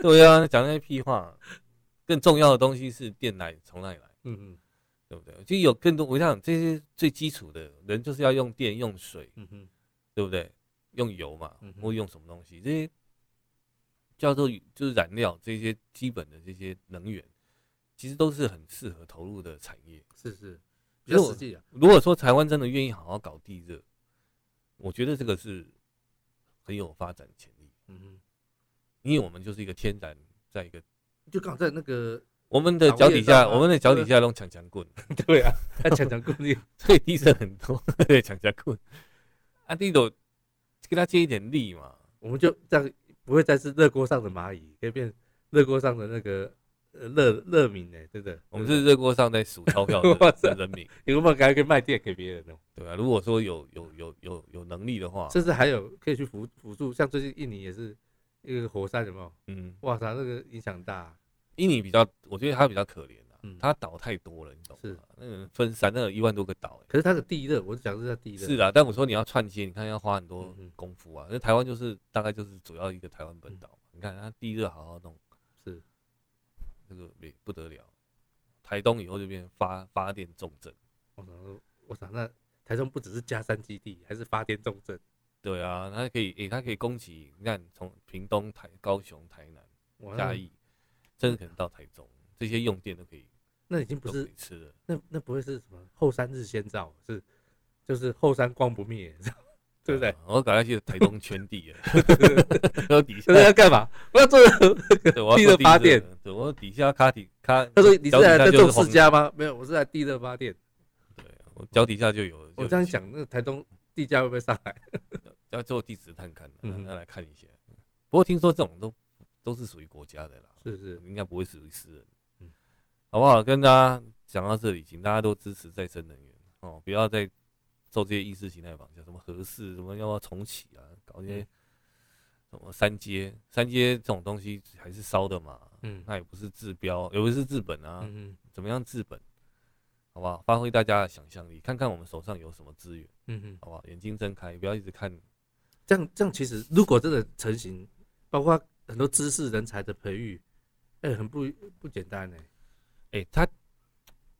[SPEAKER 2] 对啊，讲那些屁话。更重要的东西是电来从哪里来，
[SPEAKER 1] 嗯
[SPEAKER 2] 对不对？就有更多，我想这些最基础的人就是要用电、用水，
[SPEAKER 1] 嗯嗯
[SPEAKER 2] 对不对？用油嘛
[SPEAKER 1] 嗯，哼
[SPEAKER 2] 或用什么东西，这些叫做就是燃料，这些基本的这些能源，其实都是很适合投入的产业。
[SPEAKER 1] 哼，是是，比
[SPEAKER 2] 其实
[SPEAKER 1] 较
[SPEAKER 2] 我
[SPEAKER 1] 实际啊。
[SPEAKER 2] 如果说台湾真的愿意好好搞地热，我觉得这个是很有发展潜力，
[SPEAKER 1] 嗯哼，
[SPEAKER 2] 因为我们就是一个天然，在一个
[SPEAKER 1] 就刚好在那 个
[SPEAKER 2] 我们的脚底
[SPEAKER 1] 打
[SPEAKER 2] 下，
[SPEAKER 1] 我也知道啊
[SPEAKER 2] 我们的脚底下都强强棍，
[SPEAKER 1] 对啊，在强强固力，
[SPEAKER 2] 所以地热很多，对强强棍。啊，地斗给它借一点力嘛。
[SPEAKER 1] 我们就这样不会再是热锅上的蚂蚁，可以变热锅上的那个呃热热敏呢，真的。
[SPEAKER 2] 我们是热锅上在数钞票
[SPEAKER 1] 嗯 哇
[SPEAKER 2] 的
[SPEAKER 1] 塞
[SPEAKER 2] 的人民，
[SPEAKER 1] 有没有赶快可以卖店给别人哦？
[SPEAKER 2] 对啊，如果说有有有有有能力的话，
[SPEAKER 1] 甚至还有可以去辅辅助，像最近印尼也是一个火山，有没有？
[SPEAKER 2] 嗯，
[SPEAKER 1] 哇塞，那个影响大、
[SPEAKER 2] 印尼比较，我觉得它比较可怜啊
[SPEAKER 1] 嗯，
[SPEAKER 2] 它岛太多了，你懂
[SPEAKER 1] 是
[SPEAKER 2] 吗？那个分散，那有一万多个岛、欸，
[SPEAKER 1] 可是它的地热，我讲的是它地热，
[SPEAKER 2] 是啊，但我说你要串接，你看要花很多
[SPEAKER 1] 嗯嗯
[SPEAKER 2] 功夫啊。那台湾就是大概就是主要一个台湾本岛嘛，你看它地热好好弄，
[SPEAKER 1] 是
[SPEAKER 2] 这个没不得了。台东以后就变发发电重镇，
[SPEAKER 1] 我想说，我操，那台中不只是加山基地，还是发电重镇，
[SPEAKER 2] 对啊，它可以诶、它可以供给你看从屏东、台、高雄、台南、
[SPEAKER 1] 哇，
[SPEAKER 2] 嘉
[SPEAKER 1] 那
[SPEAKER 2] 义，甚至可能到台中，这些用电都可以
[SPEAKER 1] 那已经不
[SPEAKER 2] 都可
[SPEAKER 1] 是
[SPEAKER 2] 以吃了。
[SPEAKER 1] 那那不会是什么后山日先照，是就是后山光不灭， 你知道吗对不对
[SPEAKER 2] 啊？？我赶快去台东圈地 了，然后底下
[SPEAKER 1] 这是要干嘛？不要做，
[SPEAKER 2] 对，我要
[SPEAKER 1] 地
[SPEAKER 2] 做
[SPEAKER 1] 热发电
[SPEAKER 2] 了，对，我底下卡底卡，
[SPEAKER 1] 他说你是
[SPEAKER 2] 脚底
[SPEAKER 1] 来在
[SPEAKER 2] 下就是
[SPEAKER 1] 种
[SPEAKER 2] 荒
[SPEAKER 1] 世家吗？没有，我是来地热发电。
[SPEAKER 2] 对，我脚底下就有。就
[SPEAKER 1] 我
[SPEAKER 2] 有
[SPEAKER 1] 这样
[SPEAKER 2] 钱
[SPEAKER 1] 讲，那个台东地价会不会上来？
[SPEAKER 2] 要做地质探勘的，
[SPEAKER 1] 嗯哼
[SPEAKER 2] 那来看一下。不过听说这种都都是属于国家的啦，
[SPEAKER 1] 是是，
[SPEAKER 2] 应该不会属于私人
[SPEAKER 1] 嗯，
[SPEAKER 2] 好不好？跟大家讲到这里，请大家都支持再生能源哦，不要再受这些意识形态绑架，什么合适，什么要不要重启啊，搞一些
[SPEAKER 1] 嗯
[SPEAKER 2] 什么三阶，三阶这种东西还是烧的嘛，
[SPEAKER 1] 嗯
[SPEAKER 2] 那也不是治标，也不是治本啊，
[SPEAKER 1] 嗯
[SPEAKER 2] 怎么样治本？好不好？发挥大家的想象力，看看我们手上有什么资源，
[SPEAKER 1] 嗯嗯，
[SPEAKER 2] 好不好？眼睛睁开，不要一直看
[SPEAKER 1] 这样这样其实如果真的成型，包括很多知识人才的培育，哎、很不不简单呢、
[SPEAKER 2] 哎、它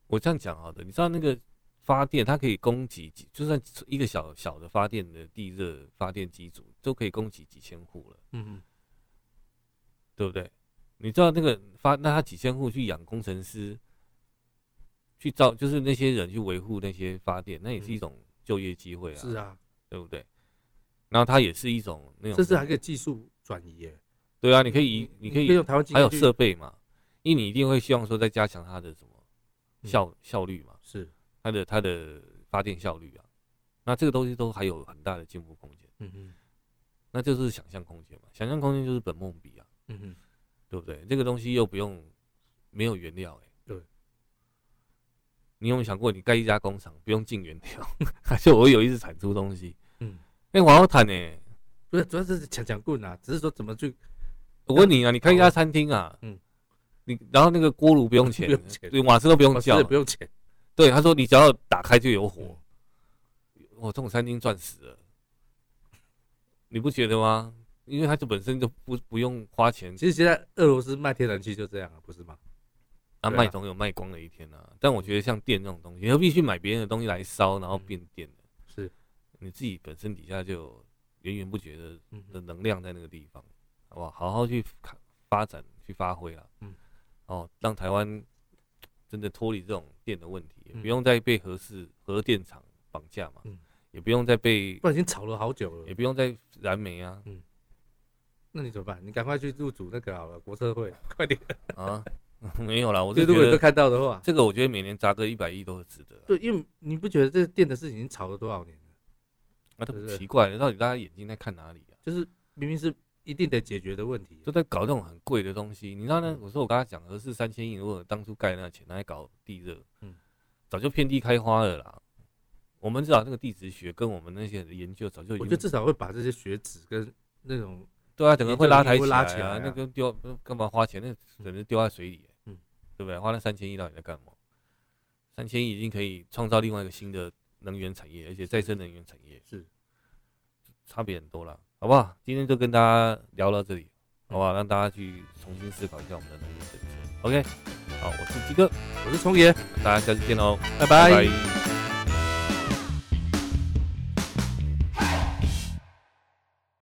[SPEAKER 2] 我这样讲好的，你知道那个发电，它可以供给几，就算一个小小的发电的地热发电机组，都可以供给几千户了，
[SPEAKER 1] 嗯
[SPEAKER 2] 对不对？你知道那个发，那他几千户去养工程师，去造，就是那些人去维护那些发电，那也是一
[SPEAKER 1] 嗯
[SPEAKER 2] 种就业机会
[SPEAKER 1] 嗯，
[SPEAKER 2] 啊，
[SPEAKER 1] 是啊，
[SPEAKER 2] 对不对？然后它也是一种那种，
[SPEAKER 1] 甚至还可以技术转移耶、
[SPEAKER 2] 对啊，你可以移，你可以
[SPEAKER 1] 用台湾技术
[SPEAKER 2] 还有
[SPEAKER 1] 去
[SPEAKER 2] 设备嘛，因为你一定会希望说再加强它的什么
[SPEAKER 1] 嗯
[SPEAKER 2] 效、效率嘛。
[SPEAKER 1] 是，
[SPEAKER 2] 它的它的发电效率啊，那这个东西都还有很大的进步空间，
[SPEAKER 1] 嗯嗯
[SPEAKER 2] 那就是想象空间嘛，想象空间就是本梦比啊，
[SPEAKER 1] 嗯嗯，
[SPEAKER 2] 对不对？这个东西又不用没有原料哎、
[SPEAKER 1] 对。
[SPEAKER 2] 你有没有想过，你盖一家工厂不用进原料， 而且我有一直产出东西？
[SPEAKER 1] 嗯，
[SPEAKER 2] 哎、我好惨哎、
[SPEAKER 1] 不是，主要是抢抢棍啊，只是说怎么去，
[SPEAKER 2] 我问你啊，你开一家餐厅啊，
[SPEAKER 1] 嗯，
[SPEAKER 2] 你然后那个锅炉不用钱
[SPEAKER 1] 不用，钱
[SPEAKER 2] 对，瓦斯都不用
[SPEAKER 1] 哦是
[SPEAKER 2] 叫，
[SPEAKER 1] 不用钱，
[SPEAKER 2] 对，他说你只要打开就有
[SPEAKER 1] 嗯
[SPEAKER 2] 火，我这种餐厅赚死了，你不觉得吗？因为它就本身就不不用花钱，
[SPEAKER 1] 其实现在俄罗斯卖天然气就这样啊，不是吗？
[SPEAKER 2] 它
[SPEAKER 1] 对啊
[SPEAKER 2] 卖总有卖光的一天啊。但我觉得像电这种东西，你何必去买别人的东西来烧，然后变电呢？
[SPEAKER 1] 是，
[SPEAKER 2] 你自己本身底下就有源源不绝的
[SPEAKER 1] 嗯
[SPEAKER 2] 的能量在那个地方，好不好？好好去看发展，去发挥啦。
[SPEAKER 1] 嗯，
[SPEAKER 2] 哦，让台湾真的脱离这种电的问题，也
[SPEAKER 1] 嗯
[SPEAKER 2] 不用再被核市核电厂绑架嘛，
[SPEAKER 1] 嗯
[SPEAKER 2] 也不用再被
[SPEAKER 1] 不然已经炒了好久了
[SPEAKER 2] 也，不用再燃煤啊
[SPEAKER 1] 那你怎么办？你赶快去入主那个好了，国社会， 快点。
[SPEAKER 2] 啊， 没有啦，我
[SPEAKER 1] 就是如果
[SPEAKER 2] 觉
[SPEAKER 1] 有都
[SPEAKER 2] 得
[SPEAKER 1] 看到的话，
[SPEAKER 2] 这个，我觉得每年砸个一百亿都是值得啊，
[SPEAKER 1] 对，因为你不觉得这个电的事情已经炒了多少年了？
[SPEAKER 2] 那都不
[SPEAKER 1] 对对
[SPEAKER 2] 奇怪了，到底大家眼睛在看哪里啊？
[SPEAKER 1] 就是明明是一定得解决的问题，嗯
[SPEAKER 2] 都在搞这种很贵的东西，你知道呢？我说我刚才讲合适三千亿，如果当初盖那钱拿来搞地热，
[SPEAKER 1] 嗯
[SPEAKER 2] 早就遍地开花了啦。我们知道那个地质学跟我们那些研究早就已
[SPEAKER 1] 我
[SPEAKER 2] 经
[SPEAKER 1] 觉得至少会把这些学子跟那种
[SPEAKER 2] 对啊，整个会拉抬
[SPEAKER 1] 研究
[SPEAKER 2] 起
[SPEAKER 1] 一定会
[SPEAKER 2] 来
[SPEAKER 1] 拉
[SPEAKER 2] 啊，
[SPEAKER 1] 起来啊
[SPEAKER 2] 那个丢干嘛花钱？那整个丢在水里、
[SPEAKER 1] 嗯
[SPEAKER 2] 对不对？花那三千亿到底在干嘛？三千亿已经可以创造另外一个新的能源产业，而且再生能源产业
[SPEAKER 1] 是
[SPEAKER 2] 差别很多啦，好不好？今天就跟大家聊到这里，好
[SPEAKER 1] 嗯
[SPEAKER 2] 不好？让大家去重新思考一下我们的能源政策。OK，好，我是鸡哥，
[SPEAKER 1] 我是聪爷，
[SPEAKER 2] 大家下次见喽，
[SPEAKER 1] 拜
[SPEAKER 2] 拜拜